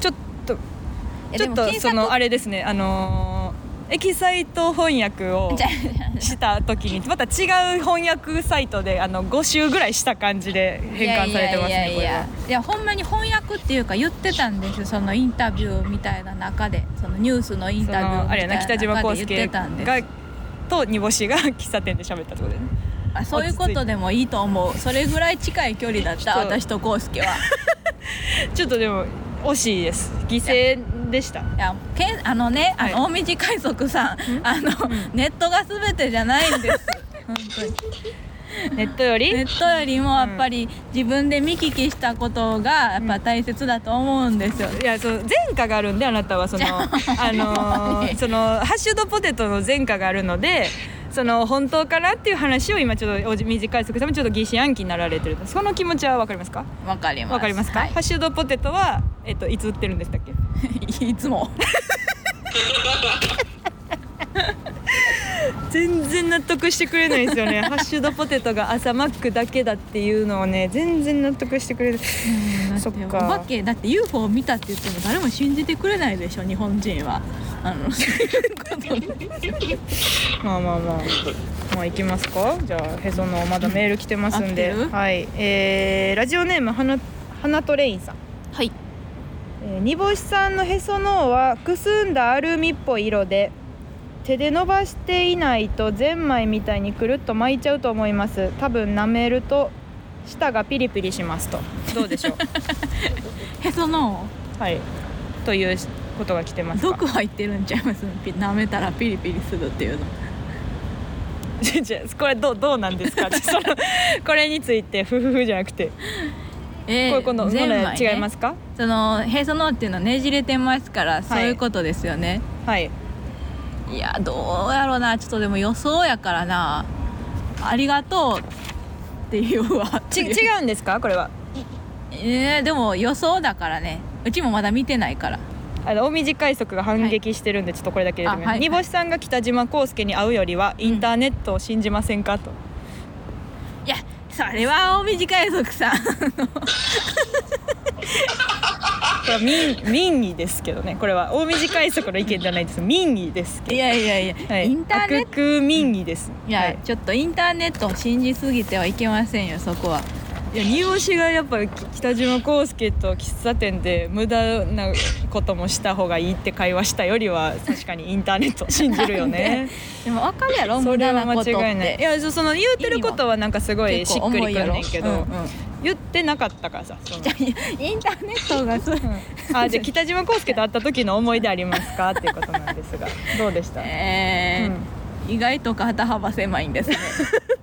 [SPEAKER 1] ちょっと
[SPEAKER 2] え
[SPEAKER 1] ちょっと
[SPEAKER 2] 検
[SPEAKER 1] そ
[SPEAKER 2] 索 <laughs>
[SPEAKER 1] のあれですねあのーエキサイト翻訳を
[SPEAKER 2] じゃあ
[SPEAKER 1] した時にまた違う翻訳サイトであの5週ぐらいした感じで変換されてます
[SPEAKER 2] いや
[SPEAKER 1] ね
[SPEAKER 2] いや
[SPEAKER 1] こ
[SPEAKER 2] い
[SPEAKER 1] れは
[SPEAKER 2] や。いやほんまに翻訳っていうか言ってたんですよそのインタビューみたいな中でそのニュースのイン
[SPEAKER 1] そ
[SPEAKER 2] タビュー
[SPEAKER 1] のあ
[SPEAKER 2] みた
[SPEAKER 1] れや
[SPEAKER 2] い
[SPEAKER 1] な
[SPEAKER 2] な
[SPEAKER 1] 北島
[SPEAKER 2] 中
[SPEAKER 1] 康
[SPEAKER 2] で言っ
[SPEAKER 1] 介
[SPEAKER 2] てたんです
[SPEAKER 1] がと煮干しが喫茶店で喋ったってことでね
[SPEAKER 2] あそういうことでもいいと思うそれぐらい近い距離だっ
[SPEAKER 1] ち
[SPEAKER 2] た
[SPEAKER 1] ょっと
[SPEAKER 2] 私と康介は
[SPEAKER 1] <laughs> ちょっとでも惜しいです犠牲でした
[SPEAKER 2] いやけんあのねあの、大道海賊さんあの、ネットが全てじゃないんです本当に
[SPEAKER 1] ネットよ
[SPEAKER 2] ネ
[SPEAKER 1] り
[SPEAKER 2] ットよりもやっぱり自分で見聞きしたことがやっぱ大切だと思うんですよ、
[SPEAKER 1] いやその前科があるんであな <laughs> たはそのあの <laughs> ーそのハッシュドポテトの前科があるのでその本当かなっていう話を今ちょっとおじ短い速さもちょっと疑心暗鬼になられてるその気持ちはわかりますか
[SPEAKER 2] わかります
[SPEAKER 1] わかりますか、
[SPEAKER 2] はい
[SPEAKER 1] ハッシュドポテトはえっといつ売ってるんでしたっけ
[SPEAKER 2] <laughs> いつも
[SPEAKER 1] 全然納得してくれないんですよね <laughs> ハッシュドポテトが朝マックだけだっていうのをね全然納得してくれない
[SPEAKER 2] うん
[SPEAKER 1] そっ
[SPEAKER 2] だ
[SPEAKER 1] か
[SPEAKER 2] てお化けだって UFO を見たって言っても誰も信じてくれないでしょ日本人はあのそういうことね
[SPEAKER 1] まあまあまあまあ行きますかじゃあへその緒まだメール来てますんで
[SPEAKER 2] 合ってる
[SPEAKER 1] はいえー、ラジオネームはな花とレインさん
[SPEAKER 2] はい
[SPEAKER 1] えー煮干しさんのへその緒はくすんだアルミっぽい色で手で伸ばしていないとゼンマイみたいにくるっと巻いちゃうと思います多分舐めると舌がピリピリしますとどうでしょう
[SPEAKER 2] へその
[SPEAKER 1] はいということが来てますか
[SPEAKER 2] 毒入ってるんちゃいますピ舐めたらピリピリするっていうの
[SPEAKER 1] <laughs> じゃじゃこれどうどうなん
[SPEAKER 2] <laughs>
[SPEAKER 1] ですかそのこれについてふふふじゃなくて、
[SPEAKER 2] え
[SPEAKER 1] これこの
[SPEAKER 2] ゼンマイ
[SPEAKER 1] もの
[SPEAKER 2] ね
[SPEAKER 1] 違いますか
[SPEAKER 2] そのへその緒っていうのはねじれてますから、そういうことですよね
[SPEAKER 1] はい
[SPEAKER 2] いやどうやろうなちょっとでも予想やからなありがとうっていうわ
[SPEAKER 1] ち違うんですかこれは
[SPEAKER 2] えーでも予想だからねうちもまだ見てないから
[SPEAKER 1] あの近江快速が反撃してるんで、ちょっとこれだけ入れてみます、
[SPEAKER 2] あはい
[SPEAKER 1] 煮干しさんが北島康介に会うよりはインターネットを信じませんかと、
[SPEAKER 2] いやそれは近江短い
[SPEAKER 1] <laughs>
[SPEAKER 2] 族さん
[SPEAKER 1] これは
[SPEAKER 2] <laughs>
[SPEAKER 1] 民民意ですけどねこれは近江路快速の意見じゃないです民意ですけ
[SPEAKER 2] いやいやいや、
[SPEAKER 1] ど、はい、
[SPEAKER 2] インターネット
[SPEAKER 1] 悪空民意です、
[SPEAKER 2] いや、
[SPEAKER 1] はい
[SPEAKER 2] ちょっとインターネットを信じすぎてはいけませんよそこはい
[SPEAKER 1] や煮干しがやっぱ北島康介と喫茶店で無駄なこともした方がいいって会話したよりは確かにインターネットを信じるよ
[SPEAKER 2] <laughs>
[SPEAKER 1] ね
[SPEAKER 2] でもわかるやろ
[SPEAKER 1] そ
[SPEAKER 2] 無
[SPEAKER 1] れ
[SPEAKER 2] 駄
[SPEAKER 1] は
[SPEAKER 2] な
[SPEAKER 1] 間
[SPEAKER 2] ことって
[SPEAKER 1] 違いないいやそその言うてることはなんかすごいし
[SPEAKER 2] 結
[SPEAKER 1] っ
[SPEAKER 2] 構
[SPEAKER 1] く
[SPEAKER 2] 重
[SPEAKER 1] り
[SPEAKER 2] い
[SPEAKER 1] く
[SPEAKER 2] や
[SPEAKER 1] ん
[SPEAKER 2] ろ
[SPEAKER 1] ねんけど、
[SPEAKER 2] うんうん
[SPEAKER 1] 言ってなかったからさその
[SPEAKER 2] インターネットがす
[SPEAKER 1] うんあじゃあ北島康介と会った時の思い出ありますかっていうことなんです
[SPEAKER 2] <laughs>
[SPEAKER 1] がどうでした、
[SPEAKER 2] えー意外と肩幅狭いんですね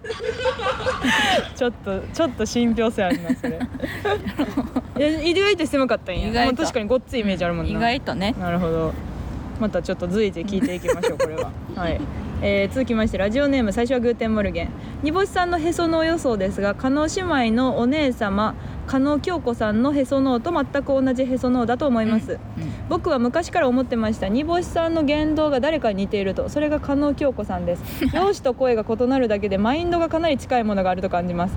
[SPEAKER 1] うんちょっとちょっと信憑性あるな
[SPEAKER 2] <laughs>
[SPEAKER 1] それいや意外と狭かったんや
[SPEAKER 2] 意外と
[SPEAKER 1] まあ確かにごっついイメージあるもんな
[SPEAKER 2] 意外とね
[SPEAKER 1] なるほどまたちょっと随時聞いていきまし
[SPEAKER 2] <laughs>
[SPEAKER 1] ょうこれははい、えー続きましてラジオネーム最初はグーテンモルゲン煮干しさんのへその緒予想ですが加納姉妹のお姉様加納京子さんのへその緒と全く同じへその緒だと思います、
[SPEAKER 2] うん
[SPEAKER 1] 僕は昔から思ってました煮干しさんの言動が誰かに似ているとそれが加納京子さんです
[SPEAKER 2] <laughs>
[SPEAKER 1] 容姿と声が異なるだけでマインドがかなり近いものがあると感じます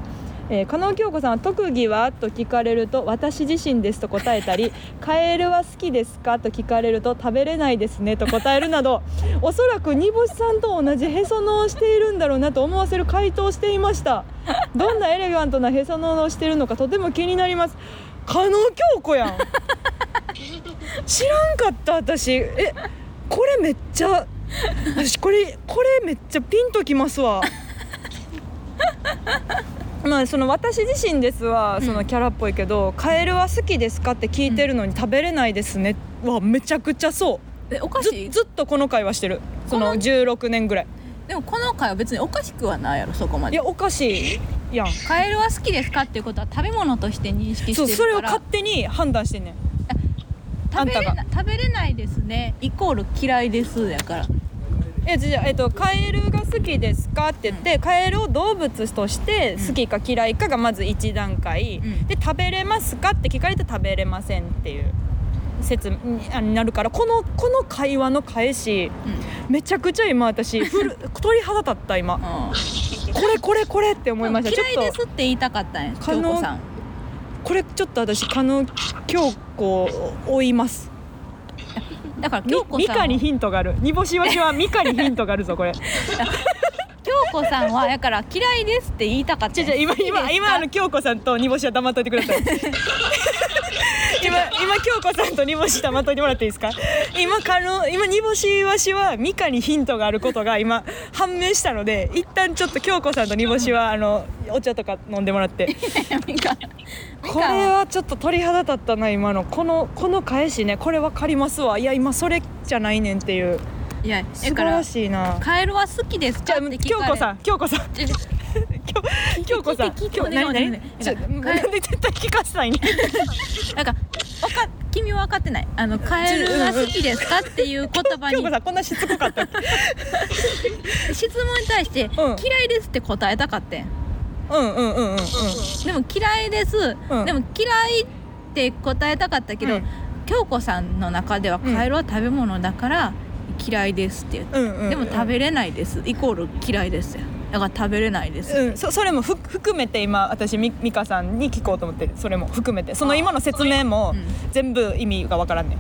[SPEAKER 1] えー加納京子さんは特技はと聞かれると私自身ですと答えたりカエルは好きですかと聞かれると食べれないですねと答えるなどおそらく煮干しさんと同じへその緒をしているんだろうなと思わせる回答をしていましたどんなエレガントなへその緒をしているのかとても気になります加納京子やん知らんかった私えこれめっちゃ私これこれめっちゃピンときますわまあその私自身ですはそのキャラっぽいけど、カエルは好きですかって聞いてるのに食べれないですねはめちゃくちゃそ
[SPEAKER 2] えお
[SPEAKER 1] う
[SPEAKER 2] かし
[SPEAKER 1] ず
[SPEAKER 2] い
[SPEAKER 1] ずっとこの会話してるその
[SPEAKER 2] この
[SPEAKER 1] 16年ぐらい
[SPEAKER 2] でもこの回は別におかしくはないやろそこま
[SPEAKER 1] い
[SPEAKER 2] で
[SPEAKER 1] やおかしいやん
[SPEAKER 2] カエルは好きですかっていうことは食べ物として認識してるか
[SPEAKER 1] そ
[SPEAKER 2] ら
[SPEAKER 1] うそれを勝手に判断してんねんあ
[SPEAKER 2] 食
[SPEAKER 1] ん
[SPEAKER 2] べ
[SPEAKER 1] た
[SPEAKER 2] れ
[SPEAKER 1] が
[SPEAKER 2] な食べれないですねイコール嫌いですやから
[SPEAKER 1] いやじゃえっと、カエルが好きですかって言って、カエルを動物として好きか嫌いかがまず1段階、
[SPEAKER 2] うん
[SPEAKER 1] で食べれますかって聞かれて食べれませんっていう説にあになるからこのこの会話の返し
[SPEAKER 2] うん
[SPEAKER 1] めちゃくちゃ今私ふる <laughs> 鳥肌立った今こ
[SPEAKER 2] うん
[SPEAKER 1] れこれこれって思いました
[SPEAKER 2] 嫌いで
[SPEAKER 1] ちょっ
[SPEAKER 2] すって言いたかったんや
[SPEAKER 1] 可能
[SPEAKER 2] 京子さん
[SPEAKER 1] とこれちょっと私加納京子を追います
[SPEAKER 2] だから
[SPEAKER 1] み
[SPEAKER 2] 京子
[SPEAKER 1] ミ
[SPEAKER 2] さんは
[SPEAKER 1] カにヒントがある煮干しわしはミカにヒントがあるぞ <laughs> これ
[SPEAKER 2] 京子さんはだから嫌いですって言いたかった
[SPEAKER 1] じゃじゃ今今今あの京子さんと煮干しは黙っといてください。 <laughs> 今今京子さんと煮干し黙っといてもらっていいですか。今可能今煮干しわしはミカにヒントがあることが今判明したので一旦ちょっと京子さんと煮干しはあのお茶とか飲んでもらって。
[SPEAKER 2] みかん
[SPEAKER 1] これはちょっと鳥肌立ったな今のこのこの返しねこれわかりますわいや今それじゃないねんっていう
[SPEAKER 2] いや
[SPEAKER 1] 素
[SPEAKER 2] だ
[SPEAKER 1] 晴
[SPEAKER 2] から
[SPEAKER 1] らしいな。
[SPEAKER 2] カエルは好きです
[SPEAKER 1] じ
[SPEAKER 2] か
[SPEAKER 1] ゃ
[SPEAKER 2] っ
[SPEAKER 1] あ
[SPEAKER 2] て聞かれ
[SPEAKER 1] 京子さん京子さん。
[SPEAKER 2] ちょちょ
[SPEAKER 1] 京子さん、
[SPEAKER 2] 聞いて聞いて
[SPEAKER 1] 京子何
[SPEAKER 2] 聞い
[SPEAKER 1] 何
[SPEAKER 2] て
[SPEAKER 1] ちょ
[SPEAKER 2] 聞いて
[SPEAKER 1] なんで絶対聞かせないね。
[SPEAKER 2] なんかわか君は分かってないあのカエルは好きですかっていう言葉
[SPEAKER 1] 京
[SPEAKER 2] に
[SPEAKER 1] 子さんこんなしつこかったっけ。
[SPEAKER 2] 質問に対して
[SPEAKER 1] ん
[SPEAKER 2] 嫌いですって答えたかってん
[SPEAKER 1] うんうんうんうんうん。
[SPEAKER 2] でも嫌いです、
[SPEAKER 1] うん
[SPEAKER 2] でも嫌いって答えたかったけど、
[SPEAKER 1] うん
[SPEAKER 2] 京子さんの中ではカエルは食べ物だから嫌いですって言って、
[SPEAKER 1] うんうん。
[SPEAKER 2] でも食。べれないですイコール嫌いですよだから食べれないです、
[SPEAKER 1] うん、そそれもふ含めて今私み美香さんに聞こうと思ってるそれも含めてその今の説明も
[SPEAKER 2] うん
[SPEAKER 1] 全部意味がわからんね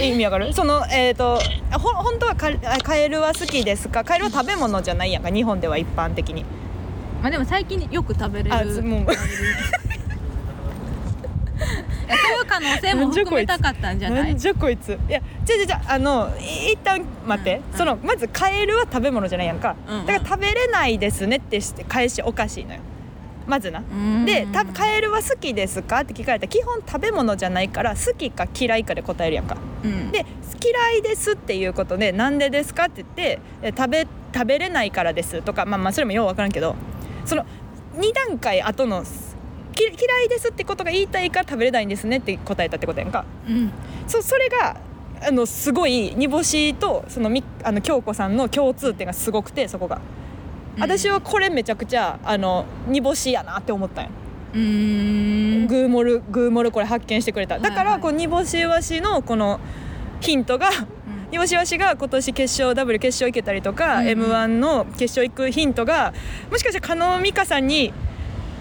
[SPEAKER 1] ん、意味わかるそのえっ、とあほ本当はカあカエルは好きですかカエルは食べ物じゃないやんか日本では一般的に
[SPEAKER 2] まあでも最近よく食べれる
[SPEAKER 1] あつもう
[SPEAKER 2] いやそういう可能性も含めたかったんじゃな
[SPEAKER 1] ないんじゃこいついやじゃじゃじゃあのい一旦待って、
[SPEAKER 2] うん
[SPEAKER 1] そのまずカエルは食べ物じゃないやんか、
[SPEAKER 2] うんうん
[SPEAKER 1] だから食べれないですねってして返しおかしいのよまずな、
[SPEAKER 2] うーん
[SPEAKER 1] でたカエルは好きですかって聞かれたら基本食べ物じゃないから好きか嫌いかで答えるやんか
[SPEAKER 2] うん
[SPEAKER 1] で嫌いですっていうことでなんでですかって言ってえ食べ食べれないからですとかまあまあそれもようわからんけどその2段階後のき嫌いですってことが言いたいから食べれないんですねって答えたってことやんか
[SPEAKER 2] うん
[SPEAKER 1] そそれがあのすごい煮干しとそのみあの京子さんの共通点がすごくてそこが、
[SPEAKER 2] うん
[SPEAKER 1] 私はこれめちゃくちゃあの煮干しやなって思ったんよ
[SPEAKER 2] うーん
[SPEAKER 1] グーモルグーモルこれ発見してくれた
[SPEAKER 2] はいは
[SPEAKER 1] だ
[SPEAKER 2] い
[SPEAKER 1] からこう煮干しわしのこのヒントが <laughs> 煮干しわしが今年決勝ダブル決勝行けたりとか、
[SPEAKER 2] うん
[SPEAKER 1] m 1の決勝行くヒントがもしかしたら加納美香さんに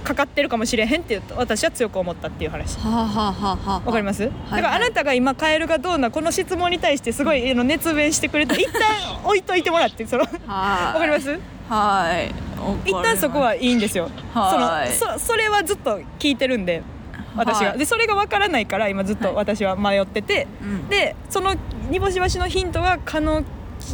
[SPEAKER 1] かかってるかもしれへんって私は強く思ったっていう話。
[SPEAKER 2] はあ、はあはあはあ、
[SPEAKER 1] わかります、
[SPEAKER 2] い
[SPEAKER 1] だからあなたが今カエルがどうなこの質問に対してすごいあの熱弁してくれ
[SPEAKER 2] <laughs>
[SPEAKER 1] て一旦置いといてもらってそのわ
[SPEAKER 2] すは
[SPEAKER 1] かりますす
[SPEAKER 2] はい
[SPEAKER 1] 一旦そこはいいんですよ
[SPEAKER 2] はい
[SPEAKER 1] そのそそれはずっと聞いてるんで私が、
[SPEAKER 2] はい
[SPEAKER 1] でそれがわからないから今ずっ
[SPEAKER 2] は
[SPEAKER 1] と
[SPEAKER 2] い
[SPEAKER 1] 私は迷ってて、
[SPEAKER 2] うん
[SPEAKER 1] でその煮干し橋のヒントが加納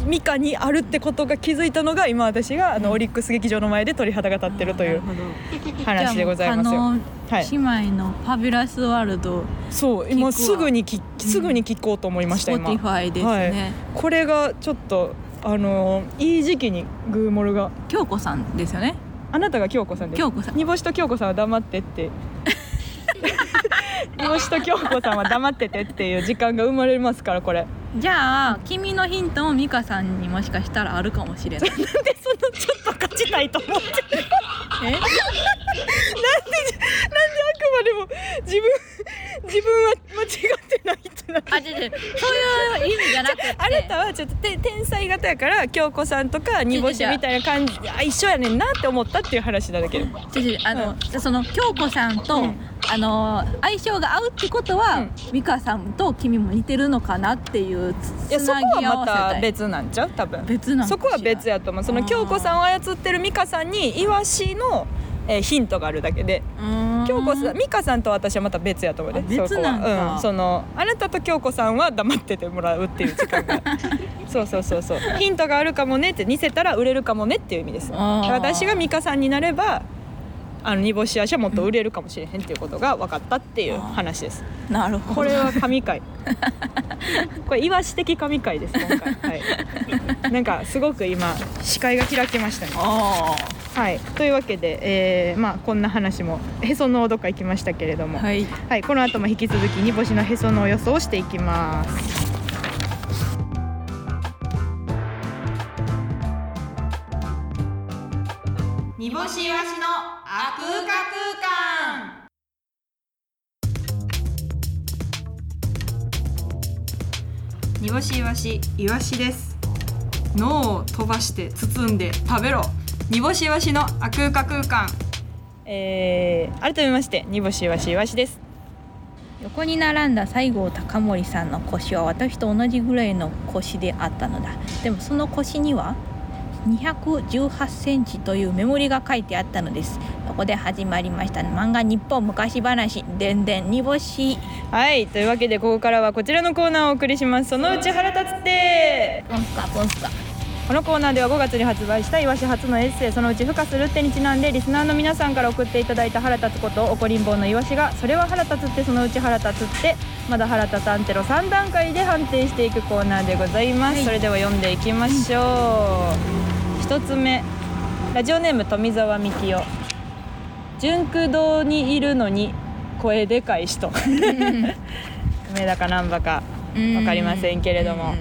[SPEAKER 1] 美香にあるってことが気づいたのが今私があのオリックス劇場の前で鳥肌が立ってるという
[SPEAKER 2] なほど
[SPEAKER 1] 話でございます
[SPEAKER 2] じゃあ
[SPEAKER 1] よ。
[SPEAKER 2] もう
[SPEAKER 1] はい
[SPEAKER 2] 加納姉妹のファビュラスワールド、
[SPEAKER 1] そう今すぐにきすぐに聞こうと思いまし
[SPEAKER 2] ス
[SPEAKER 1] た
[SPEAKER 2] ポテ
[SPEAKER 1] 今
[SPEAKER 2] ィフ。ァイですね。
[SPEAKER 1] これがちょっとあのいい時期にグーモルが
[SPEAKER 2] 京子さんですよね。
[SPEAKER 1] あなたが京子さんです
[SPEAKER 2] 京子さん。
[SPEAKER 1] 煮干しと京子さんは黙ってって <laughs> 煮干しと京子さんは黙っててっていう時間が生まれますからこれ
[SPEAKER 2] じゃあ君のヒントも美香さんにもしかしたらあるかもし
[SPEAKER 1] <laughs>
[SPEAKER 2] れない。
[SPEAKER 1] でそのちょっと勝ちたいと思って
[SPEAKER 2] え？
[SPEAKER 1] なんであくまでも自分自分は間違ってないってなって
[SPEAKER 2] あ、違う違う。そういう意味じゃなくて。
[SPEAKER 1] あなたはちょっとて天才型やから京子さんとか煮干しみたいな感じあ一緒やねんなって思ったっていう話なだけで
[SPEAKER 2] 違う違うあの、その京子さんと、
[SPEAKER 1] うん
[SPEAKER 2] あの相性が合うってこと
[SPEAKER 1] う
[SPEAKER 2] は、
[SPEAKER 1] ん
[SPEAKER 2] 美香さんと君も似てるのかなっていうつ
[SPEAKER 1] いや
[SPEAKER 2] つ
[SPEAKER 1] そ
[SPEAKER 2] な
[SPEAKER 1] こ
[SPEAKER 2] ぎ合わせたい
[SPEAKER 1] はまた別なんちゃう多分
[SPEAKER 2] 別なのかし
[SPEAKER 1] そ
[SPEAKER 2] ら
[SPEAKER 1] こは別やと思うその
[SPEAKER 2] うん
[SPEAKER 1] 京子さんを操ってる美香さんにイワシの、えーヒントがあるだけで
[SPEAKER 2] うーん
[SPEAKER 1] 京子さん美香さんと私はまた別やと思うで、
[SPEAKER 2] あ別なん
[SPEAKER 1] そこは、
[SPEAKER 2] か
[SPEAKER 1] うん、そのあなたと京子さんは黙っててもらうっていう時間
[SPEAKER 2] <laughs>
[SPEAKER 1] がそうそうそうそうヒントがあるかもねって似せたら売れるかもねっていう意味です
[SPEAKER 2] あー
[SPEAKER 1] 私が美香さんになればあの煮干し足はもっと売れるかもしれへんっていうことが分かったっていう話です
[SPEAKER 2] なるほど
[SPEAKER 1] これは神
[SPEAKER 2] <laughs>
[SPEAKER 1] 回これイワシ的神回です今回はいなんかすごく今視界が開きましたね
[SPEAKER 2] あ
[SPEAKER 1] はいというわけで、えーまあこんな話もへその緒どっか行きましたけれど
[SPEAKER 2] あ
[SPEAKER 1] もはい、
[SPEAKER 2] はい
[SPEAKER 1] この後も引き続き煮干しのへその緒予想をしていきます
[SPEAKER 2] 煮干しわしのあくうか空間
[SPEAKER 1] 煮干しイワシイワシです脳を飛ばして包んで食べろ煮干しイワシのあくうか空間えー、改めまして煮干しイワシイワシです
[SPEAKER 2] 横に並んだ西郷隆盛さんの腰は私と同じぐらいの腰であったのだでもその腰には218センチというメモリが書いてあったのですそこで始まりました漫画日本昔話でんでん煮干し
[SPEAKER 1] はいというわけでここからはこちらのコーナーをお送りしますそのうち腹立つって
[SPEAKER 2] ポンスカポンスカ
[SPEAKER 1] このコーナーでは5月に発売したいわし初のエッセイそのうち付加するってにちなんでリスナーの皆さんから送っていただいた腹立つことを怒りんぼうのいわしがそれは腹立つってそのうち腹立つってまだ腹立つアンテロ3段階で判定していくコーナーでございます、
[SPEAKER 2] はい
[SPEAKER 1] それでは読んでいきましょう一つ目ラジオネーム富澤美樹代純空堂にいるのに声でかい人 <laughs> 梅だかなんばかわかりませんけれども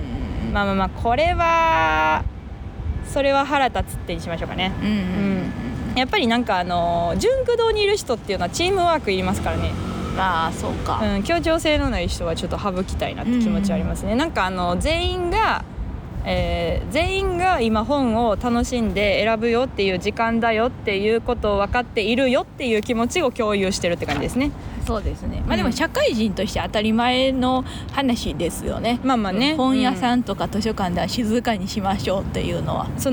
[SPEAKER 1] まあまあまあこれはそれは腹立つってにしましょうかね
[SPEAKER 2] うんうんうん
[SPEAKER 1] やっぱりなんかあの純駆堂にいる人っていうのはチームワークいりますからね、
[SPEAKER 2] まあそうか、
[SPEAKER 1] うん、協調性のない人はちょっと省きたいなって気持ちはありますね、なんかあの全員が、えー全員が今本を楽しんで選ぶよっていう時間だよっていうことを分かっているよっていう気持ちを共有してるって感じですね
[SPEAKER 2] そうですね
[SPEAKER 1] う
[SPEAKER 2] まあ
[SPEAKER 1] ん
[SPEAKER 2] でも社会人として当たり前の話ですよね、
[SPEAKER 1] まあまあね
[SPEAKER 2] 本屋
[SPEAKER 1] う
[SPEAKER 2] さんとか図書館では静かにしましょうっていうのは、
[SPEAKER 1] んそ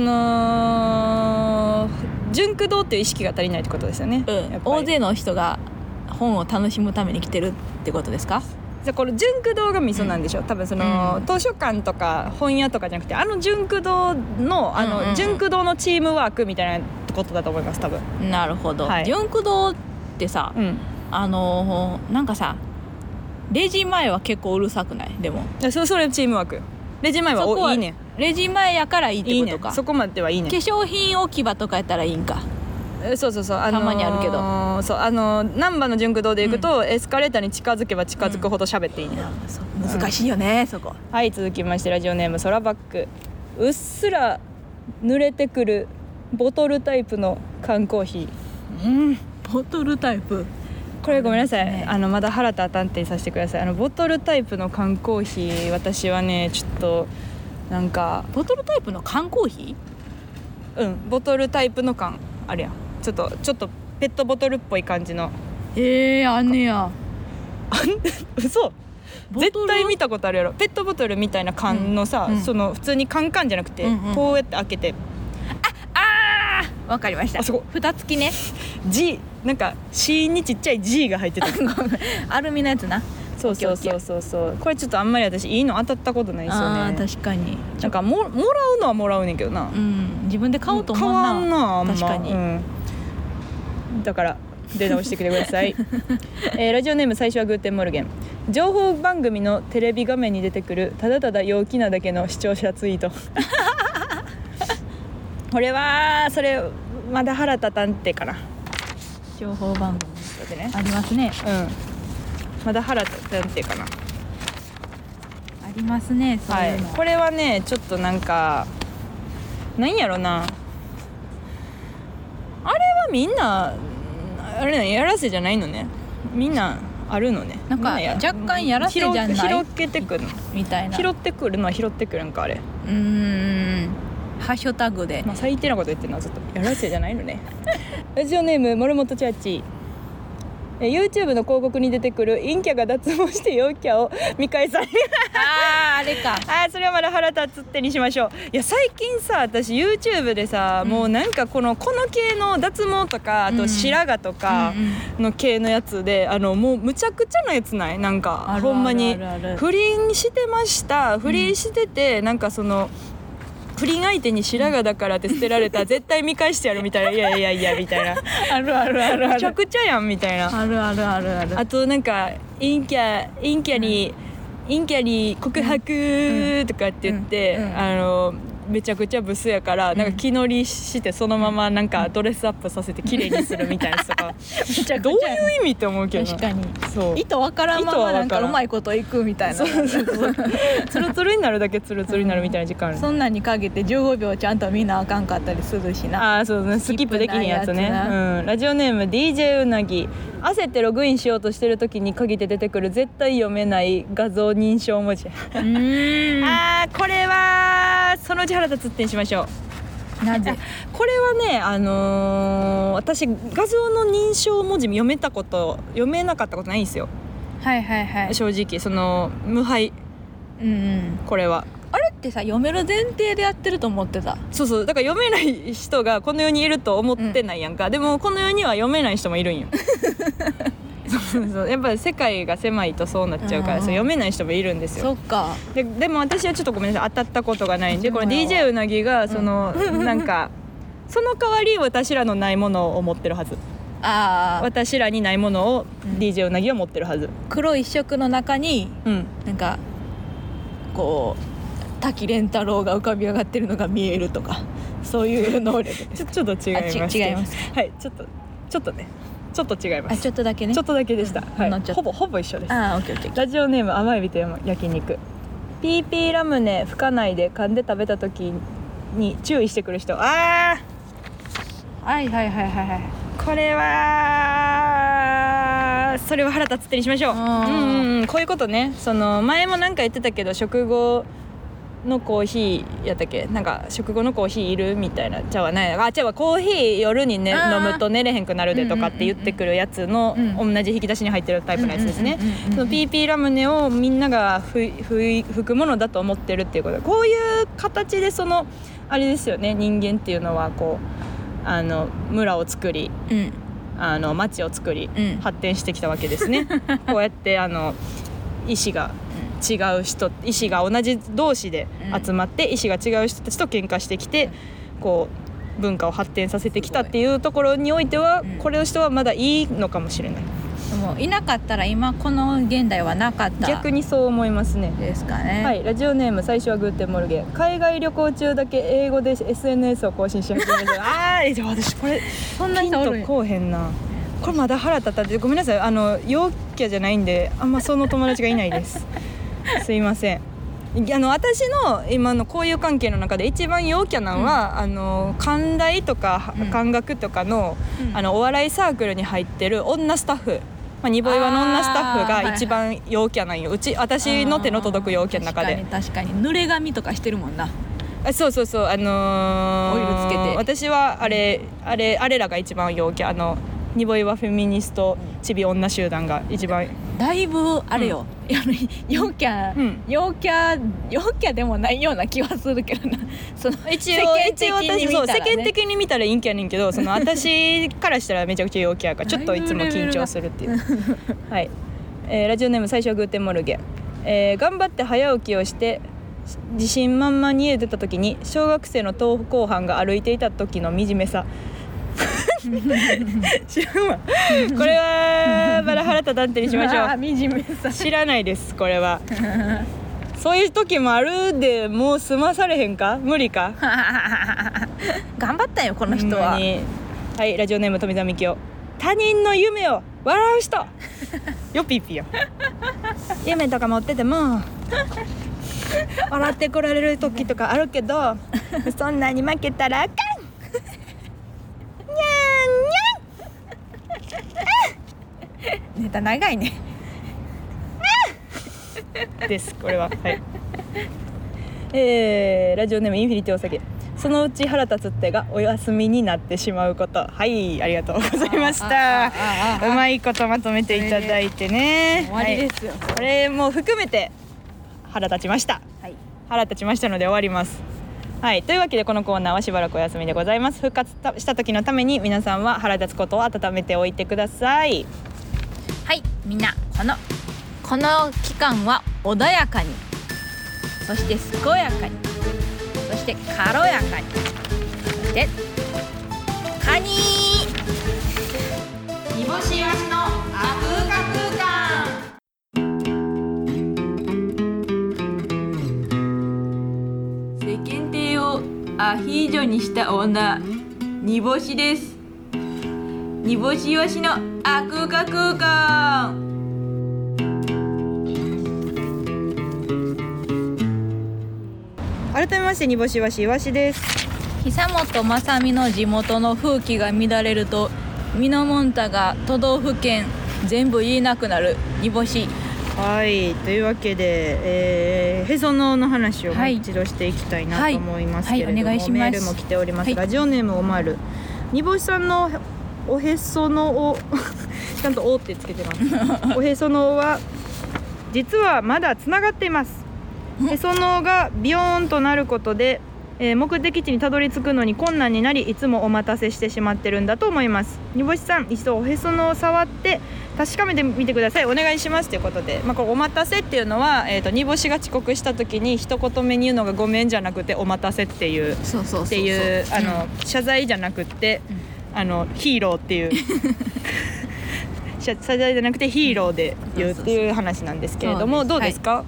[SPEAKER 1] の純駆堂っていう意識が足りないってことですよね、
[SPEAKER 2] うん
[SPEAKER 1] やっぱり
[SPEAKER 2] 大勢の人が本を楽しむために来てるってことですか
[SPEAKER 1] じゃあこの純駆堂が味噌なんでしょ、多分その、
[SPEAKER 2] うん
[SPEAKER 1] 図書館とか本屋とかじゃなくてあの純駆堂のあ
[SPEAKER 2] うんうんう
[SPEAKER 1] の
[SPEAKER 2] ん
[SPEAKER 1] 純駆堂のチームワークみたいなことだと思います多分、
[SPEAKER 2] なるほど、
[SPEAKER 1] はい
[SPEAKER 2] 純駆動ってさ
[SPEAKER 1] うん、
[SPEAKER 2] あのーなんかさレジ前は結構うるさくないでも
[SPEAKER 1] いやそれそれチームワークレジ前は
[SPEAKER 2] そこ
[SPEAKER 1] お
[SPEAKER 2] はい
[SPEAKER 1] いねん
[SPEAKER 2] レジ前やからいいっ
[SPEAKER 1] いいね
[SPEAKER 2] てこと
[SPEAKER 1] ん
[SPEAKER 2] か
[SPEAKER 1] そこまではいいねん
[SPEAKER 2] 化粧品置き場とかやったらいいんか
[SPEAKER 1] えそうそうそう、あ
[SPEAKER 2] たまにあるけど
[SPEAKER 1] そうあのー難波の純駆堂で行くと、エスカレーターに近づけば近づくほど喋っていいねん、
[SPEAKER 2] 難しいよね、そこ
[SPEAKER 1] はい続きましてラジオネームソラバックうっすら濡れてくるボトルタイプの缶コーヒー
[SPEAKER 2] ボトルタイプ
[SPEAKER 1] これごめんなさい、
[SPEAKER 2] ね
[SPEAKER 1] あのまだ原田探偵させてくださいあのボトルタイプの缶コーヒー私はねちょっとなんか
[SPEAKER 2] ボトルタイプの缶コーヒ
[SPEAKER 1] うんボトルタイプの缶あるやんちょっとちょっとペットボトルっぽい感じの
[SPEAKER 2] ーへえあんねや
[SPEAKER 1] 嘘
[SPEAKER 2] ボトル
[SPEAKER 1] 絶対見たことあるやろペットボトルみたいな缶のさ、
[SPEAKER 2] うんうん
[SPEAKER 1] その普通に缶缶じゃなくて、
[SPEAKER 2] うんうん
[SPEAKER 1] こうやって開けて
[SPEAKER 2] あーわかりました
[SPEAKER 1] あそこ
[SPEAKER 2] 蓋付きね
[SPEAKER 1] G なんか C にちっちゃい G が入
[SPEAKER 2] <laughs>
[SPEAKER 1] ってた
[SPEAKER 2] アルミのやつな
[SPEAKER 1] そうそうそうそうそうこれちょっとあんまり私いいの当たったことないですよ
[SPEAKER 2] あ
[SPEAKER 1] ね
[SPEAKER 2] ー確かに
[SPEAKER 1] なんかももらうのはもらうねんけどな、
[SPEAKER 2] うん自分で買おうと思うな
[SPEAKER 1] 買わんなあんま
[SPEAKER 2] 確かに
[SPEAKER 1] うんだから出直してきてください、えーラジオネーム最初はグーテンモルゲン情報番組のテレビ画面に出てくるただただ陽気なだけの視聴者ツイートこれはそれまだ原田探偵かな
[SPEAKER 2] 情報番組
[SPEAKER 1] ちょっと待ってね
[SPEAKER 2] ありますね
[SPEAKER 1] うんまだ原田探偵かな
[SPEAKER 2] ありますねそう
[SPEAKER 1] はいいう
[SPEAKER 2] の、
[SPEAKER 1] これはねちょっとなんかなんやろなあれはみんなあれなんやらせじゃないのねみんなあるのね
[SPEAKER 2] なんか
[SPEAKER 1] みや
[SPEAKER 2] 若干やらせじゃない
[SPEAKER 1] 拾う拾ってくるの
[SPEAKER 2] みたいな
[SPEAKER 1] 拾ってくるのは拾ってくるんかあれ、
[SPEAKER 2] うーんハッシュタグで
[SPEAKER 1] まあ、最低なこと言ってるのはちょっとやらせじゃないのねラジオネームモルモットチャーチえ YouTube の広告に出てくる陰キャが脱毛して陽キャを見返される
[SPEAKER 2] <laughs> あーあれか
[SPEAKER 1] あーそれはまだ腹立つってにしましょういや最近さ私 YouTube でさ、
[SPEAKER 2] うん
[SPEAKER 1] もうなんかこのこの系の脱毛とかあ
[SPEAKER 2] う
[SPEAKER 1] と
[SPEAKER 2] ん
[SPEAKER 1] 白髪とか
[SPEAKER 2] うんうん
[SPEAKER 1] の系のやつで、あのもうむちゃくちゃなやつないなんか
[SPEAKER 2] ある
[SPEAKER 1] ほんまに
[SPEAKER 2] あるあるある
[SPEAKER 1] 不倫してました不倫してて、なんかその不倫相手に白髪だからって捨てられ
[SPEAKER 2] <laughs>
[SPEAKER 1] た絶対見返してやるみたいないやいやいやみたいな
[SPEAKER 2] あるあるあるあ
[SPEAKER 1] むちゃ
[SPEAKER 2] る
[SPEAKER 1] くちゃやんみたいな
[SPEAKER 2] あるあるあるある
[SPEAKER 1] あとなんか陰キャ陰キャに、陰キャに告白とかって言って、
[SPEAKER 2] うんうん
[SPEAKER 1] あのめちゃくちゃブスやから、なんか気乗りしてそのままなんかドレスアップさせて綺麗にするみたいなやつと
[SPEAKER 2] <laughs>
[SPEAKER 1] かどういう意味って思うけどな
[SPEAKER 2] 確かに
[SPEAKER 1] そう
[SPEAKER 2] 意図わからんまま
[SPEAKER 1] 意図
[SPEAKER 2] なん
[SPEAKER 1] わか
[SPEAKER 2] からうんまいこといくみたいな
[SPEAKER 1] ツルツルになるだけツルツルになるみたいな時間ある、
[SPEAKER 2] そんなんにかけて15秒ちゃんと見なあかんかったりするしな
[SPEAKER 1] ああそうねスキップできひんやつね
[SPEAKER 2] スキップないやつ
[SPEAKER 1] うん、ラジオネーム DJ うなぎ焦ってログインしようとしてる時に限って出てくる絶対読めない画像認証文字
[SPEAKER 2] <laughs> うーん
[SPEAKER 1] あーこれはそのうち腹立つってにしましょう
[SPEAKER 2] なぜ
[SPEAKER 1] これはねあのー私画像の認証文字読めたこと読めなかったことないんですよ
[SPEAKER 2] <laughs> はいはいはい
[SPEAKER 1] 正直その無敗
[SPEAKER 2] うんうん
[SPEAKER 1] これは
[SPEAKER 2] あれってさ読める前提でやってると思ってた
[SPEAKER 1] そうそうだから読めない人がこの世にいると思ってないやんか、でもこの世には読めない人もいるんよ
[SPEAKER 2] <laughs>
[SPEAKER 1] そうそうそうやっぱり世界が狭いとそうなっちゃうから、
[SPEAKER 2] うんうん
[SPEAKER 1] そう読めない人もいるんですよ
[SPEAKER 2] そっか
[SPEAKER 1] ででも私はちょっとごめんなさい当たったことがないんでこれ
[SPEAKER 2] そうよ
[SPEAKER 1] DJ うなぎがそ
[SPEAKER 2] <laughs>
[SPEAKER 1] の、なんかその代わり私らのないものを持ってるはず
[SPEAKER 2] ああ
[SPEAKER 1] 私らにないものを
[SPEAKER 2] うん
[SPEAKER 1] DJ うなぎは持ってるはず
[SPEAKER 2] 黒一色の中に
[SPEAKER 1] うん
[SPEAKER 2] なんかこう滝蓮太郎が浮かび上がってるのが見えるとかそういう能力
[SPEAKER 1] ちょちょっと違います
[SPEAKER 2] あち違います
[SPEAKER 1] はいちょっとちょっとねちょっと違いま
[SPEAKER 2] <laughs> あ
[SPEAKER 1] す
[SPEAKER 2] ちょっとだけね
[SPEAKER 1] ちょっとだけでした、
[SPEAKER 2] うん
[SPEAKER 1] は
[SPEAKER 2] 乗
[SPEAKER 1] い
[SPEAKER 2] っちゃった
[SPEAKER 1] ほぼほぼ一緒です
[SPEAKER 2] ああオッケーオッケー
[SPEAKER 1] ラジオネーム甘エビと焼肉 PP ラムネ吹かないで噛んで食べた時に注意してくる人あー
[SPEAKER 2] はいはいはいはいはい
[SPEAKER 1] これはそれは腹立つってにしましょう、う
[SPEAKER 2] あ
[SPEAKER 1] ん
[SPEAKER 2] ー
[SPEAKER 1] うんうん、こういうことねその前もなんか言ってたけど食後のコーヒーやったっけなんか食後のコーヒーいるみたいな茶はないあ茶はコーヒー夜に、ね、
[SPEAKER 2] あ
[SPEAKER 1] 飲
[SPEAKER 2] ー
[SPEAKER 1] むと寝れへんくなるでとかって言ってくるやつの
[SPEAKER 2] うんうんう
[SPEAKER 1] 同じ引き出しに入ってるタイプのやつですね
[SPEAKER 2] うんうんうんうんうん
[SPEAKER 1] その PP ラムネをみんながふいふい吹くものだと思ってるっていうことこういう形でそのあれですよね人間っていうのはこうあの村を作り
[SPEAKER 2] うん
[SPEAKER 1] あの町を作り、
[SPEAKER 2] うん
[SPEAKER 1] 発展してきたわけ
[SPEAKER 2] <laughs>
[SPEAKER 1] ですねこうやってあの意思が違う人意思が同じ同士で集まって、意思が違う人たちと喧嘩してきて、こう文化を発展させてきたっていうところにおいては、
[SPEAKER 2] うん
[SPEAKER 1] これを人はまだいいのかもしれない
[SPEAKER 2] でもいなかったら今この現代はなかった
[SPEAKER 1] 逆にそう思いますね
[SPEAKER 2] ですかね、
[SPEAKER 1] はい、ラジオネーム最初はグーテンモルゲン海外旅行中だけ英語で SNS を更新し始め
[SPEAKER 2] <laughs>
[SPEAKER 1] るあーじゃあ私これ
[SPEAKER 2] そんな
[SPEAKER 1] ピン
[SPEAKER 2] 人おるん
[SPEAKER 1] と
[SPEAKER 2] や
[SPEAKER 1] こうへんなこれまだ腹立ったってごめんなさいあの陽キャじゃないんであんまその友達がいないです <laughs> すいませんいやあの私の今の交友関係の中で一番陽キャなんは、あの寛大とか
[SPEAKER 2] うん
[SPEAKER 1] 漢学とかの,、
[SPEAKER 2] うん
[SPEAKER 1] あのお笑いサークルに入ってる女スタッフまあ、ニボイワの女スタッフ
[SPEAKER 2] あー
[SPEAKER 1] が一番陽キャなんようち私の手の届く陽キャの中で
[SPEAKER 2] 確かに確かに濡れ髪とかしてるもんな
[SPEAKER 1] あそうそうそうあのー、
[SPEAKER 2] オイルつけて
[SPEAKER 1] 私はあれあれあれらが一番陽キャあのニボイワフェミニストチビ女集団が一番
[SPEAKER 2] だいぶ <laughs> あれよ、やる陽キャ、
[SPEAKER 1] うん
[SPEAKER 2] 陽キャ陽キャでもないような気はするけどなその
[SPEAKER 1] 一
[SPEAKER 2] 世
[SPEAKER 1] 応
[SPEAKER 2] 間的
[SPEAKER 1] 一応
[SPEAKER 2] に
[SPEAKER 1] 私
[SPEAKER 2] 見
[SPEAKER 1] そう
[SPEAKER 2] たら
[SPEAKER 1] 世間
[SPEAKER 2] ね
[SPEAKER 1] 的に見たら陰キャやねんけどそ
[SPEAKER 2] <laughs>
[SPEAKER 1] の私からしたらめちゃくちゃ陽キャやからちょっといつも緊張するっていうはい、えーラジオネーム最初はグーテンモルゲン、えー頑張って早起きをして自信満々に家を出た時に小学生の登校班が歩いていた時の惨め
[SPEAKER 2] <laughs>
[SPEAKER 1] さ知らんわこれはバラハラタ断定にしましょ
[SPEAKER 2] <laughs> あ
[SPEAKER 1] う
[SPEAKER 2] ー惨めさ
[SPEAKER 1] 知らないですこれ
[SPEAKER 2] <laughs>
[SPEAKER 1] はそういう時もあるでもう済まされへんか無理か
[SPEAKER 2] 頑張ったよこの人
[SPEAKER 1] ほんま
[SPEAKER 2] は
[SPEAKER 1] にはいラジオネーム富澤美樹夫他人の夢を笑う <laughs> 人よピーピーよ夢とか持ってても笑ってこられる時とかあるけど <laughs> そんなに負けた <laughs> らあかん
[SPEAKER 2] ネタ長いね
[SPEAKER 1] ですこれははいえー、ラジオネームインフィニティお酒そのうち腹立つってがお休みになってしまうことはいありがとうございまし
[SPEAKER 2] あ
[SPEAKER 1] た
[SPEAKER 2] ーあーあーあー
[SPEAKER 1] うまいことまとめていただいてね
[SPEAKER 2] 終わりですよ
[SPEAKER 1] はいこれも含めて腹立ちました
[SPEAKER 2] はい
[SPEAKER 1] 腹立ちましたので終わりますはいというわけでこのコーナーはしばらくお休みでございます復活たした時のために皆さんは腹立つことを温めておいてください
[SPEAKER 2] はいみんなこのこの期間は穏やかにそして健やかにそして軽やかにそしてカニ煮干しわしのあふか空間世間体をアヒージョにした女煮干しです煮干しわしのあくか空間
[SPEAKER 1] 改めまして煮干しわしいわしです
[SPEAKER 2] 久本雅美の地元の風紀が乱れるとミノモンタが都道府県全部言えなくなる煮干し
[SPEAKER 1] はいというわけで、えー、へその緒の話をもう
[SPEAKER 2] はい
[SPEAKER 1] 一度していきたいな
[SPEAKER 2] はい
[SPEAKER 1] と思いますけれども、
[SPEAKER 2] はいお願いします
[SPEAKER 1] メールも来ております、
[SPEAKER 2] はい
[SPEAKER 1] ラジオネームおまる煮干しさんのお <laughs> へその緒ちゃんと「お」ってつけてます
[SPEAKER 2] <laughs>
[SPEAKER 1] おへその緒は実はまだつながっていますへその緒がビヨーンとなることで、えー目的地にたどり着くのに困難になりいつもお待たせしてしまってるんだと思います煮干しさん一度おへその緒を触って確かめてみてくださいお願いしますということで、まあ、これお待たせっていうのは、えー、と煮干しが遅刻した時に一言目に言うのがごめんじゃなくてお待たせっていう
[SPEAKER 2] そうそうそう
[SPEAKER 1] っていうあの、謝罪じゃなくって、あのヒーローっていう <laughs> 謝謝罪じゃなくてヒーローで言うっていう話なんですけれども
[SPEAKER 2] そ
[SPEAKER 1] ど
[SPEAKER 2] う
[SPEAKER 1] う
[SPEAKER 2] で
[SPEAKER 1] ですすか、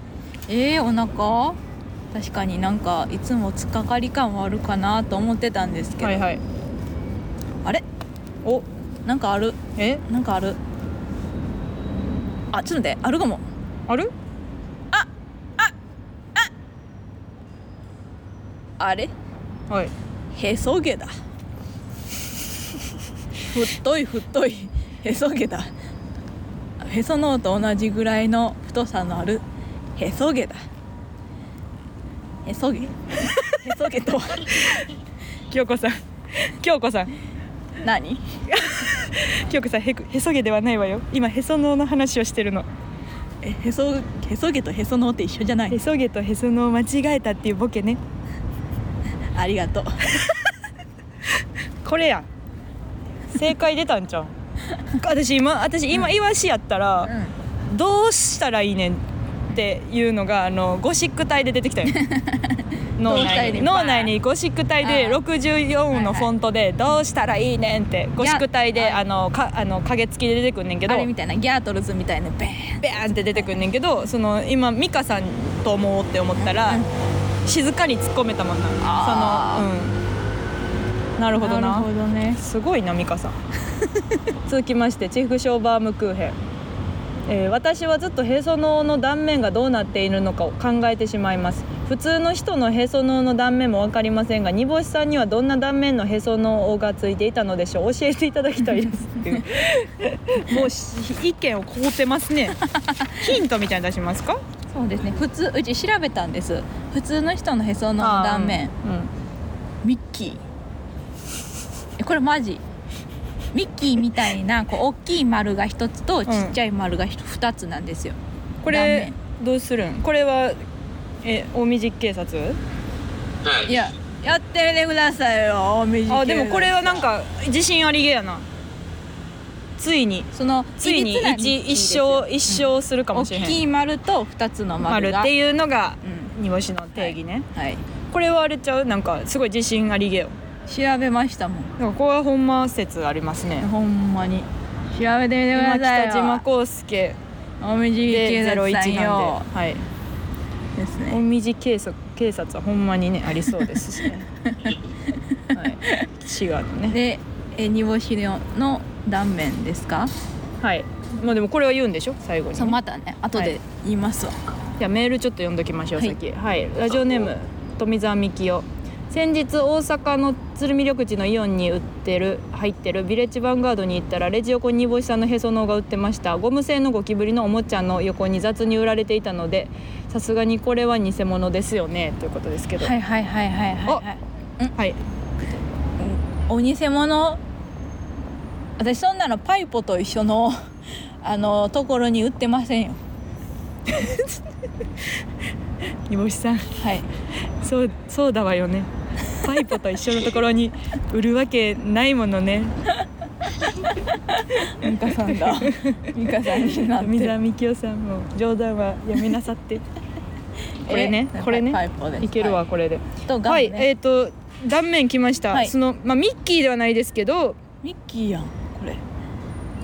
[SPEAKER 2] えー、お腹確かになんかいつもつかかり感はあるかなと思ってたんですけど、
[SPEAKER 1] はいはい
[SPEAKER 2] あれ
[SPEAKER 1] お
[SPEAKER 2] なんかある
[SPEAKER 1] え
[SPEAKER 2] なんかあるあちょっと待ってあるかも
[SPEAKER 1] ある
[SPEAKER 2] あれ
[SPEAKER 1] はい
[SPEAKER 2] へそ毛だ太い太いへそ毛だへその緒と同じぐらいの太さのあるへそ毛だへそ毛へそ毛とは
[SPEAKER 1] 京子さん京子さん
[SPEAKER 2] 何
[SPEAKER 1] 京子さんへくへそ毛ではないわよ今へその緒の話をしてるの
[SPEAKER 2] えへそへそ毛とへその緒って一緒じゃな
[SPEAKER 1] へ
[SPEAKER 2] い
[SPEAKER 1] そ毛とへその緒を間違えたっていうボケね
[SPEAKER 2] ありがとう
[SPEAKER 1] これやん正解出たんち <laughs> ゃう私今私今、イワシやったら、どうしたらいいねんっていうのがあのゴシック体で出てき
[SPEAKER 2] <laughs>
[SPEAKER 1] たよ脳
[SPEAKER 2] どうしたらい
[SPEAKER 1] 内に
[SPEAKER 2] いねんバー
[SPEAKER 1] 脳内にゴシック体で
[SPEAKER 2] あー
[SPEAKER 1] 64のフォントで「どうしたらいいねん」ってゴシック体
[SPEAKER 2] い
[SPEAKER 1] で
[SPEAKER 2] や
[SPEAKER 1] あのかあの影付きで出てくんねんけど
[SPEAKER 2] あれみたいなギャートルズみたいなベーン
[SPEAKER 1] ベーンって出てくんねんけどその今美香さんと思おうって思ったら
[SPEAKER 2] うん
[SPEAKER 1] 静かに突っ込めたもんな
[SPEAKER 2] あ
[SPEAKER 1] そのうんなるほどな
[SPEAKER 2] なるほどね
[SPEAKER 1] すごいな美香さん <laughs> 続きましてチフショーバームクーヘン、えー私はずっとへその緒の断面がどうなっているのかを考えてしまいます普通の人のへその緒の断面も分かりませんが煮干しさんにはどんな断面のへその緒がついていたのでしょう教えていただきたいですっていう <laughs> もうし意見を凍ってますねヒントみたいに出しますか
[SPEAKER 2] そうですね普通うち調べたんです普通の人のへその緒の断面ミッキーえこれマジミッキーみたいな
[SPEAKER 1] <laughs>
[SPEAKER 2] こう大きい丸が一つとちっちゃい丸が二つなんですよ、
[SPEAKER 1] これどうするんこれはえ近江実警察
[SPEAKER 3] はい
[SPEAKER 2] いややってみてくださいよ
[SPEAKER 1] あでもこれはなんか自信ありげやなついに
[SPEAKER 2] その
[SPEAKER 1] ついに
[SPEAKER 2] びつなミッキ
[SPEAKER 1] 一
[SPEAKER 2] ーで
[SPEAKER 1] 一
[SPEAKER 2] すよ
[SPEAKER 1] 生一生するかも
[SPEAKER 2] 大
[SPEAKER 1] しれへん、
[SPEAKER 2] きい丸と二つの
[SPEAKER 1] 丸
[SPEAKER 2] 丸が
[SPEAKER 1] っていうのが
[SPEAKER 2] う
[SPEAKER 1] 煮干しの定義ね、
[SPEAKER 2] んはい
[SPEAKER 1] これはあれちゃうなんかすごい自信ありげよ
[SPEAKER 2] 調べましたもん
[SPEAKER 1] なんかここはほんま説ありますね
[SPEAKER 2] ほんまに調べてみて
[SPEAKER 1] 今
[SPEAKER 2] ください
[SPEAKER 1] 北
[SPEAKER 2] よ
[SPEAKER 1] 島康介
[SPEAKER 2] おみじ
[SPEAKER 1] で
[SPEAKER 2] 警
[SPEAKER 1] ゼロ
[SPEAKER 2] 察
[SPEAKER 1] 一
[SPEAKER 2] さ
[SPEAKER 1] なん
[SPEAKER 2] ん
[SPEAKER 1] で、
[SPEAKER 2] よ
[SPEAKER 1] はい、
[SPEAKER 2] ですね
[SPEAKER 1] 近江路警察警察はほんまにねありそうですし
[SPEAKER 2] <laughs>
[SPEAKER 1] ね、はい、滋賀のね
[SPEAKER 2] でえ煮干しのの断面ですか
[SPEAKER 1] はいまあでもこれは言うんでしょ最後に
[SPEAKER 2] そうまたね後
[SPEAKER 1] は
[SPEAKER 2] で言いますわ、
[SPEAKER 1] いやメールちょっと読んどきましょう、
[SPEAKER 2] はい
[SPEAKER 1] 先はいラジオネーム富澤美樹夫先日大阪の鶴見緑地のイオンに売ってる入ってるビレッジヴァンガードに行ったらレジ横に煮干しさんのへその緒が売ってましたゴム製のゴキブリのおもちゃの横に雑に売られていたのでさすがにこれは偽物ですよねということですけど、
[SPEAKER 2] はいいはいはいはいはいはい
[SPEAKER 1] はい、
[SPEAKER 2] お偽物私そんなのパイポと一緒の <laughs> あのところに売ってませんよ
[SPEAKER 1] 煮干しさん
[SPEAKER 2] はい
[SPEAKER 1] そうそうだわよねパイポと一緒のところに売るわけないものね
[SPEAKER 2] 美香さ
[SPEAKER 1] <laughs>
[SPEAKER 2] んが美香さんになって
[SPEAKER 1] 富
[SPEAKER 2] る
[SPEAKER 1] 澤美樹夫さんも冗談はやめなさって <laughs> これね
[SPEAKER 2] え
[SPEAKER 1] これね
[SPEAKER 2] パイポです
[SPEAKER 1] いけるわ、
[SPEAKER 2] は
[SPEAKER 1] これで。
[SPEAKER 2] いとガム
[SPEAKER 1] はい、
[SPEAKER 2] ね
[SPEAKER 1] えっ、と断面きました。
[SPEAKER 2] はい
[SPEAKER 1] そのまあミッキーではないですけど、
[SPEAKER 2] ミッキーやんこれ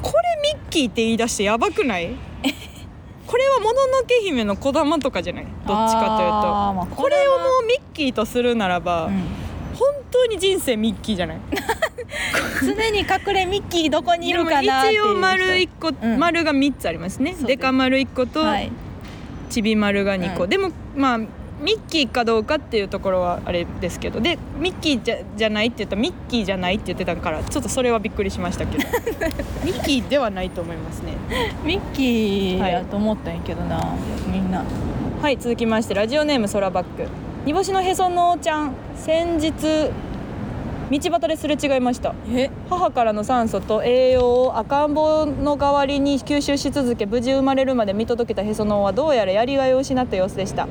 [SPEAKER 1] これミッキーって言い出してやばく
[SPEAKER 2] <laughs>
[SPEAKER 1] ない？これはもののけ姫の小玉とかじゃない？どっちか
[SPEAKER 2] あーまあ
[SPEAKER 1] というと。
[SPEAKER 2] こ
[SPEAKER 1] こ
[SPEAKER 2] れ
[SPEAKER 1] れをもうミッキーとするならば、
[SPEAKER 2] うん
[SPEAKER 1] 本当に人生ミッキーじゃない？
[SPEAKER 2] 常に隠れミッキーどこにいるかなってい
[SPEAKER 1] で
[SPEAKER 2] う
[SPEAKER 1] も一
[SPEAKER 2] 人
[SPEAKER 1] 応丸一個、
[SPEAKER 2] うん
[SPEAKER 1] 丸が三つありますね
[SPEAKER 2] そうで。す
[SPEAKER 1] デカ丸一個と
[SPEAKER 2] はい、
[SPEAKER 1] ちび丸が二個。
[SPEAKER 2] うん
[SPEAKER 1] でもまあ。ミッキーかどうかっていうところはあれですけどでミッキーじゃじゃないって言ったらミッキーじゃないって言ってたからちょっとそれはびっくりしましたけど <laughs> ミッキーではないと思いますね
[SPEAKER 2] ミッキーやと思ったんやけどな、みんな
[SPEAKER 1] はい続きましてラジオネームソラバック煮干しのへそのおちゃん先日道端ですれ違いました
[SPEAKER 2] え
[SPEAKER 1] 母からの酸素と栄養を赤ん坊の代わりに吸収し続け無事生まれるまで見届けたへその緒はどうやらやりがいを失った様子でした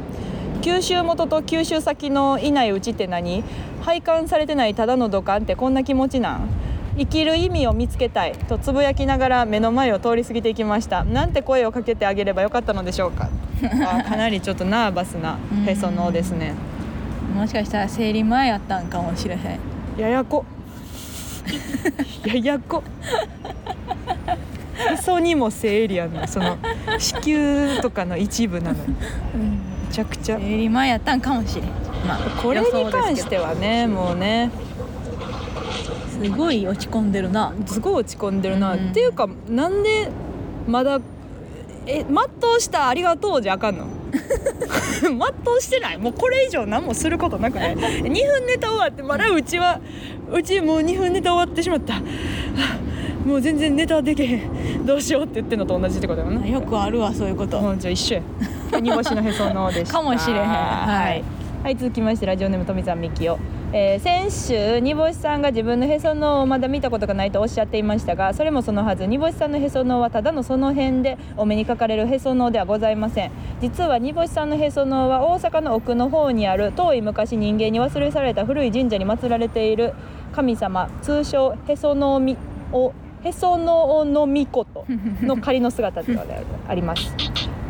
[SPEAKER 1] 吸収元と吸収先のいないうちって何配管されてないただの土管ってこんな気持ちなん生きる意味を見つけたいとつぶやきながら目の前を通り過ぎていきましたなんて声をかけてあげればよかったのでしょうかあーかなりちょっとナーバスなへその緒ですね
[SPEAKER 2] もしかしたら生理前やったんかもしれへん
[SPEAKER 1] ややこややこへそにも生理あんのその子宮とかの一部なのめちゃくちゃ
[SPEAKER 2] 生理前やったんかもしれんまあ
[SPEAKER 1] これに
[SPEAKER 2] 予想
[SPEAKER 1] 関
[SPEAKER 2] で
[SPEAKER 1] し
[SPEAKER 2] す
[SPEAKER 1] て
[SPEAKER 2] けど
[SPEAKER 1] はねもうね
[SPEAKER 2] すごい落ち込んでるな
[SPEAKER 1] すごい落ち込んでるな、
[SPEAKER 2] うん
[SPEAKER 1] っていうかなんでまだえ全うしたありがとうじゃあかんの <laughs> 全うしてないもうこれ以上何もすることなくない2分ネタ終わってまだうちはうちもう2分ネタ終わってしまったはあもう全然ネタできへんどうしようって言ってんのと同じってことだよね
[SPEAKER 2] よくあるわそういうこと、
[SPEAKER 1] もうじゃあ一
[SPEAKER 2] <laughs>
[SPEAKER 1] 緒や煮干しのへその緒でした
[SPEAKER 2] かもしれへんはい
[SPEAKER 1] はい、はい、続きましてラジオネーム富澤美樹夫えー先週煮干しさんが自分のへその緒をまだ見たことがないとおっしゃっていましたがそれもそのはず煮干しさんのへその緒はただのその辺でお目にかかれるへその緒ではございません実は煮干しさんのへその緒は大阪の奥の方にある遠い昔人間に忘れ去られた古い神社に祀られている神様通称へその緒みをへその緒の御事の仮の姿ではあります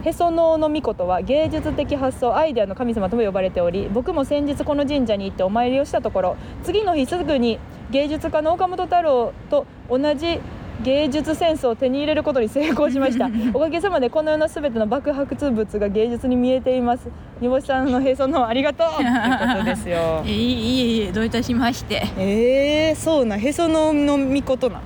[SPEAKER 1] へその緒の御事は芸術的発想アイデアの神様とも呼ばれており僕も先日この神社に行ってお参りをしたところ次の日すぐに芸術家の岡本太郎と同じ芸術センスを手に入れることに成功しましたおかげさまでこの世のすべての爆発物が芸術に見えています煮干しさんのへその緒ありがとうということですよ
[SPEAKER 2] えいいいいいいどういたしまして
[SPEAKER 1] えー、そうなへその緒の御事な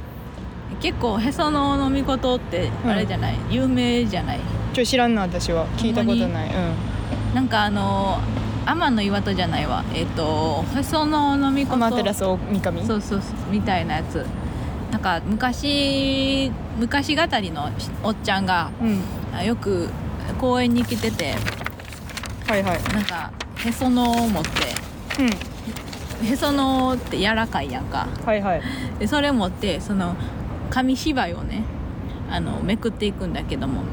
[SPEAKER 2] 結構へその緒のみ事ってあれじゃない、有名じゃない
[SPEAKER 1] ちょ知らんな私は聞いたことないうん
[SPEAKER 2] なんかあのー天の岩戸じゃないわえっ、と細野のみこ
[SPEAKER 1] マ
[SPEAKER 2] と
[SPEAKER 1] テラス大神
[SPEAKER 2] そうそうそうみたいなやつなんか昔昔語りのおっちゃんが
[SPEAKER 1] うん
[SPEAKER 2] あよく公園に来てて
[SPEAKER 1] はいはい
[SPEAKER 2] なんかへその緒を持って
[SPEAKER 1] うん
[SPEAKER 2] へその緒って柔らかいやんか
[SPEAKER 1] はいはい
[SPEAKER 2] でそれ持ってその紙芝居をねあのめくっていくんだけども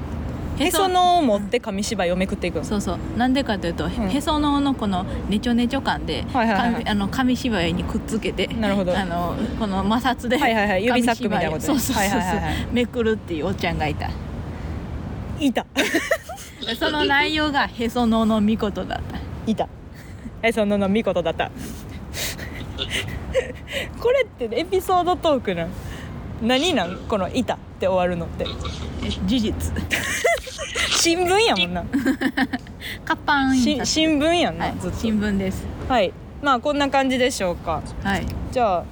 [SPEAKER 1] へその緒を持って紙芝居をめくっていくの
[SPEAKER 2] そうそうなんでかというと、
[SPEAKER 1] ん
[SPEAKER 2] へその緒のこのねちょねちょ感で、
[SPEAKER 1] はいはいはいはい
[SPEAKER 2] 紙あの紙芝居にくっつけて
[SPEAKER 1] なるほど
[SPEAKER 2] あのこの摩擦で
[SPEAKER 1] はいはいはい指サック
[SPEAKER 2] 紙芝居を
[SPEAKER 1] みたいなことね
[SPEAKER 2] そうそうそうそう、
[SPEAKER 1] はいはいはいはい
[SPEAKER 2] めくるっていうおっちゃんがいた
[SPEAKER 1] いた
[SPEAKER 2] その内容がへその緒の見事だった
[SPEAKER 1] いた <laughs> へその緒の見事だった <laughs> これってエピソードトークなん何なんこの「いた」って終わるのって
[SPEAKER 2] え事実
[SPEAKER 1] <laughs> 新聞や
[SPEAKER 2] <laughs>
[SPEAKER 1] もんな
[SPEAKER 2] 活版印
[SPEAKER 1] し
[SPEAKER 2] 刷
[SPEAKER 1] 新聞やん
[SPEAKER 2] は
[SPEAKER 1] な、
[SPEAKER 2] い
[SPEAKER 1] ずっ、と
[SPEAKER 2] 新聞です
[SPEAKER 1] はいまあこんな感じでしょうか
[SPEAKER 2] はい、
[SPEAKER 1] じゃあ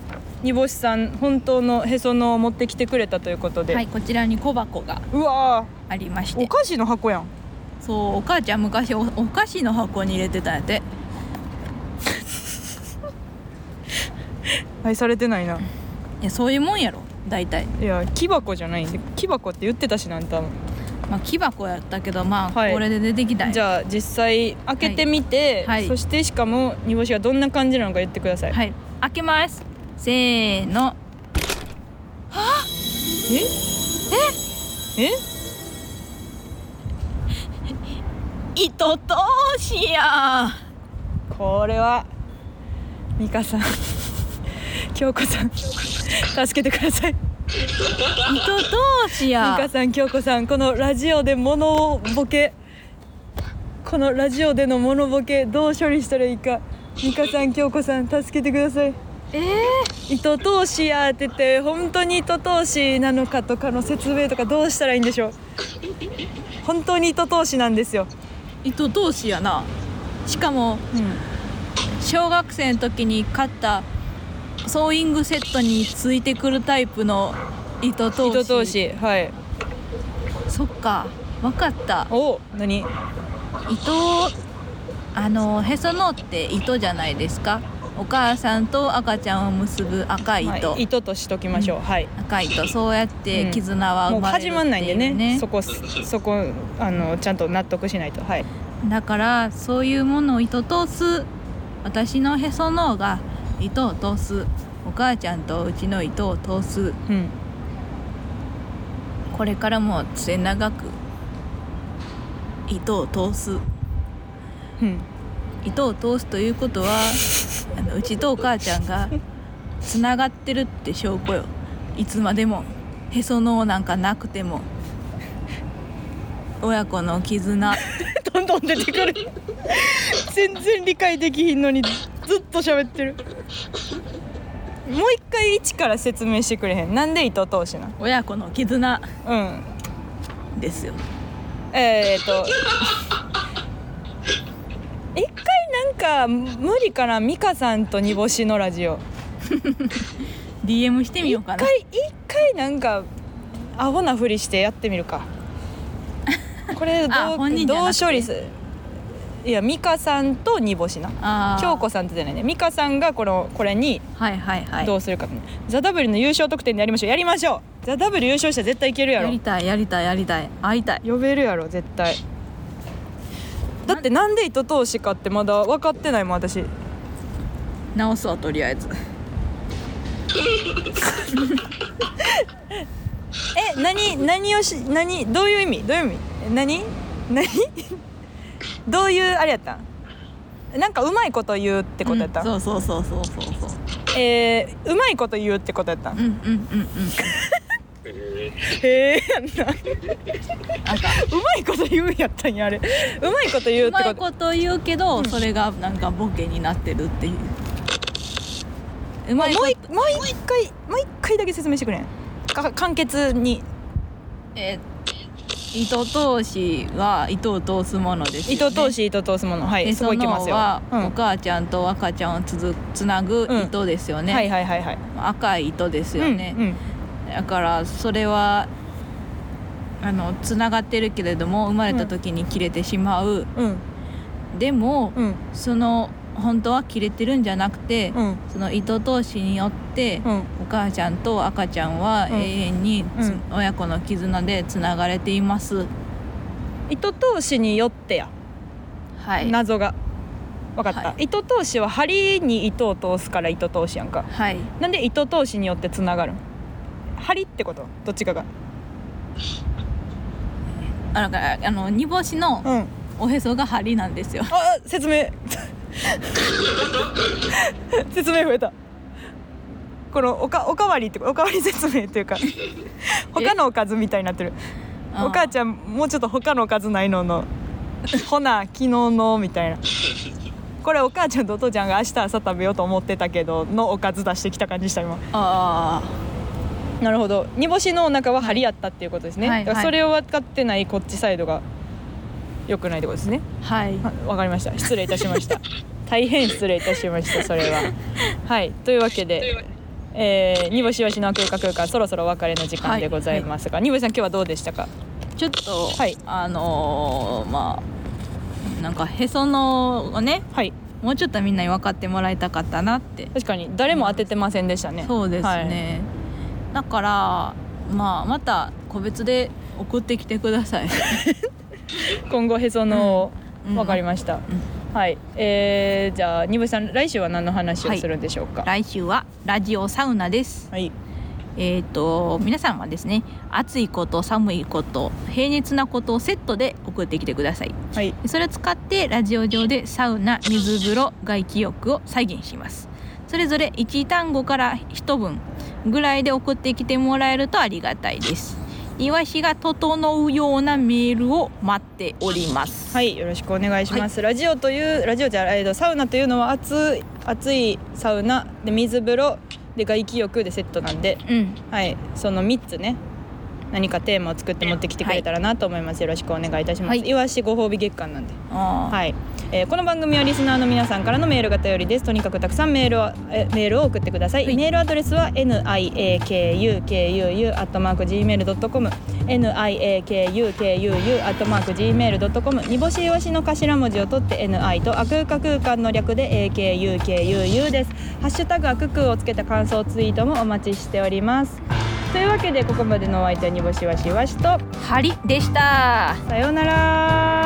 [SPEAKER 1] 煮干しさん本当のへその緒を持ってきてくれたということで、
[SPEAKER 2] はい、こちらに小箱が
[SPEAKER 1] うわ
[SPEAKER 2] ありまし
[SPEAKER 1] ーお
[SPEAKER 2] て
[SPEAKER 1] 菓子の箱やん
[SPEAKER 2] そうお母ちゃん昔おお菓子の箱に入れてたんやて
[SPEAKER 1] 愛されてないない
[SPEAKER 2] やそういうもんやろ大体
[SPEAKER 1] いや木箱じゃないんで木箱って言ってたしなんたも
[SPEAKER 2] まあ木箱やったけどまあ、
[SPEAKER 1] はい
[SPEAKER 2] これで出てきたんや
[SPEAKER 1] じゃあ実際開けてみて、
[SPEAKER 2] はいはい
[SPEAKER 1] そしてしかも煮干しがどんな感じなのか言ってください、
[SPEAKER 2] はい開けますせーの
[SPEAKER 1] え
[SPEAKER 2] 糸通しや
[SPEAKER 1] これは美香さん京子さん助けてください
[SPEAKER 2] 糸通し
[SPEAKER 1] 美香
[SPEAKER 2] や
[SPEAKER 1] さん京子さんこのラジオでモノボケこのラジオでのモノボケどう処理したらいいか美香さん京子さん助けてください
[SPEAKER 2] え
[SPEAKER 1] 糸通しやってて本当に糸通しなのかとかの説明とかどうしたらいいんでしょう本当に糸通しなんですよ、
[SPEAKER 2] ー、糸通しやなしかも
[SPEAKER 1] うん、
[SPEAKER 2] 小学生の時に買ったソーイングセットについてくるタイプの糸通し
[SPEAKER 1] 糸通しはい
[SPEAKER 2] そっかわかった
[SPEAKER 1] お何
[SPEAKER 2] 糸あのへその緒って糸じゃないですかお母さんと赤ちゃんを結ぶ赤い糸、
[SPEAKER 1] はい、糸としときましょう、はい
[SPEAKER 2] 赤い糸そうやっ
[SPEAKER 1] う
[SPEAKER 2] て
[SPEAKER 1] ん
[SPEAKER 2] 絆は
[SPEAKER 1] も
[SPEAKER 2] 生
[SPEAKER 1] う
[SPEAKER 2] まれる
[SPEAKER 1] 始
[SPEAKER 2] ってい
[SPEAKER 1] ま
[SPEAKER 2] う、ね
[SPEAKER 1] んないんでねそこそこあのちゃんと納得しないとはい
[SPEAKER 2] だからそういうものを糸通す私のへその緒が糸を通すお母ちゃんとうちの糸を通す
[SPEAKER 1] うん
[SPEAKER 2] これからも末長く糸を通す
[SPEAKER 1] うん
[SPEAKER 2] 糸を通すということはあのうちとお母ちゃんがつながってるって証拠よいつまでもへその緒なんかなくても親子の絆
[SPEAKER 1] どんどん出てくる全然理解できひんのにずっと喋ってるもう一回一から説明してくれへんなんで糸通しな
[SPEAKER 2] 親子の絆
[SPEAKER 1] うん
[SPEAKER 2] ですよ
[SPEAKER 1] えー、っと一回なんか無理かな美香さんと煮干しのラジオ
[SPEAKER 2] DM してみよう
[SPEAKER 1] 一
[SPEAKER 2] かな
[SPEAKER 1] 回一回なんかアホなふりしてやってみるかこれ
[SPEAKER 2] あ
[SPEAKER 1] どう
[SPEAKER 2] 本人じゃ
[SPEAKER 1] どう
[SPEAKER 2] なくて
[SPEAKER 1] 処理するいや美香さんと煮干しな
[SPEAKER 2] あー
[SPEAKER 1] 京子さんって出ないね美香さんがこのこれに
[SPEAKER 2] はいはいはい
[SPEAKER 1] どうするか、ザ・ダブルの優勝得点でやりましょうやりましょうザ・ダブル優勝したら絶対いけるや
[SPEAKER 2] や
[SPEAKER 1] ろ
[SPEAKER 2] りたいやりたいやりたい会いたい
[SPEAKER 1] 呼べるやろ絶対だってなんで糸通しかってまだ分かってないもん私
[SPEAKER 2] 直すわとりあえず
[SPEAKER 1] え何何をし何どういう意味どういう意味え何何 <laughs> どういうあれやったんなんかうまいこと言うってことやったん、
[SPEAKER 2] うんそうそうそうそうそうそう
[SPEAKER 1] えーうまいこと言うってことやったん
[SPEAKER 2] うんうんうんうん
[SPEAKER 1] へえやんな
[SPEAKER 2] なんか
[SPEAKER 1] うまいこと言うんやったんやあれうまいこと言う
[SPEAKER 2] う
[SPEAKER 1] って
[SPEAKER 2] ま
[SPEAKER 1] こ
[SPEAKER 2] い
[SPEAKER 1] と
[SPEAKER 2] こと言うけど、それがなんかボケになってるっていううまい
[SPEAKER 1] も
[SPEAKER 2] こ
[SPEAKER 1] う
[SPEAKER 2] と
[SPEAKER 1] 一もう一回もう一回だけ説明してくれんか簡潔に
[SPEAKER 2] えー糸通しは糸を通すものですよ、
[SPEAKER 1] 糸
[SPEAKER 2] ね、
[SPEAKER 1] 通し糸通すものはい
[SPEAKER 2] へ
[SPEAKER 1] そこ
[SPEAKER 2] そ
[SPEAKER 1] いきま
[SPEAKER 2] の
[SPEAKER 1] す
[SPEAKER 2] 緒
[SPEAKER 1] よ、
[SPEAKER 2] は
[SPEAKER 1] うん
[SPEAKER 2] お母ちゃんと赤ちゃんをつづつなぐ糸ですよね、
[SPEAKER 1] はいはいはいはい
[SPEAKER 2] 赤い糸ですよね、
[SPEAKER 1] うんうん
[SPEAKER 2] だからそれはあのつながってるけれども生まれた時に切れてしまう、
[SPEAKER 1] うん
[SPEAKER 2] でも、
[SPEAKER 1] うん
[SPEAKER 2] その本当は切れてるんじゃなくて、
[SPEAKER 1] うん
[SPEAKER 2] その糸通しによって、
[SPEAKER 1] うん
[SPEAKER 2] お母ちゃんと赤ちゃんは
[SPEAKER 1] うん
[SPEAKER 2] 永遠に
[SPEAKER 1] う
[SPEAKER 2] つ、
[SPEAKER 1] ん
[SPEAKER 2] 親子の絆でつながれています。
[SPEAKER 1] 糸通しによってや
[SPEAKER 2] はい。
[SPEAKER 1] 謎が分かった、
[SPEAKER 2] は
[SPEAKER 1] 糸通しは針に糸を通すから糸通しやんか
[SPEAKER 2] はい。
[SPEAKER 1] なんで糸通しによってつながるん針ってことどっちかが
[SPEAKER 2] あのかあの煮干しの
[SPEAKER 1] うん
[SPEAKER 2] おへそが針なん <laughs> ですよ。
[SPEAKER 1] あ説明説明増えたこのおかおかわりっておかわり説明っていう <laughs> か他のおかずみたいになってるお母ち
[SPEAKER 2] ゃん。
[SPEAKER 1] ゃんもうちょっと他のおかずないののほな昨日のみたいなこれお母ちゃんとお父ちゃんが明日朝食べようと思ってたけどのおかず出してきた感じした今
[SPEAKER 2] あ
[SPEAKER 1] なるほど煮干しのお腹は針やったっていうことですね、
[SPEAKER 2] はい
[SPEAKER 1] だから
[SPEAKER 2] はい
[SPEAKER 1] それを分かってないこっちサイドが良くないってことですね
[SPEAKER 2] あ。はい。
[SPEAKER 1] あわかりました失礼いたしました大変失礼いたしましたそれははいというわけでえー煮干しわしの空間空間そろそろお別れの時間でございますが、煮干しさん今日はどうでしたか
[SPEAKER 2] ちょっと、
[SPEAKER 1] はい
[SPEAKER 2] あのーまあなんかへそのをね
[SPEAKER 1] はい
[SPEAKER 2] もうちょっとみんなに分かってもらいたかったなって。
[SPEAKER 1] 確かに誰も当ててませんでしたね、
[SPEAKER 2] そうですね。だからまあまた個別で送ってきてください。
[SPEAKER 1] 今後へその
[SPEAKER 2] うんうん
[SPEAKER 1] わかりました、はいえー、じゃあ煮干しさん来週は何の話をするんでしょうかはい、
[SPEAKER 2] <laughs> 来週はラジオサウナです。えっ、と皆さんはですね暑いこと寒いこと平熱なことをセットで送ってきてください
[SPEAKER 1] はい
[SPEAKER 2] それを使ってラジオ上でサウナ水風呂外気浴を再現しますそれぞれ1単語から1文ぐらいで送ってきてもらえるとありがたいですいわしが整うようなメールを待っております
[SPEAKER 1] はい、よろしくお願いします。ラジオというラジオじゃないえっとサウナというのは暑い暑いサウナで水風呂で外気浴でセットなんで、
[SPEAKER 2] うん
[SPEAKER 1] はい、その三つね。何かテーマを作って持ってきてくれたらなと思います。よろしくお願いいたします。、
[SPEAKER 2] はいい
[SPEAKER 1] わしご褒美月間なんで。
[SPEAKER 2] あー
[SPEAKER 1] はい、えーこの番組はリスナーの皆さんからのメールが頼りですとにかくたくさんメールをえメールを送ってください、
[SPEAKER 2] はい
[SPEAKER 1] メールアドレスは niakukuu.gmail.com niakukuu.gmail.com にぼしいわしの頭文字を取って ni とあくうか空間の略で akukuu ですハッシュタグあくくをつけた感想ツイートもお待ちしておりますというわけでここまでのお相手はにぼしわしわしと
[SPEAKER 2] 針でした
[SPEAKER 1] さようなら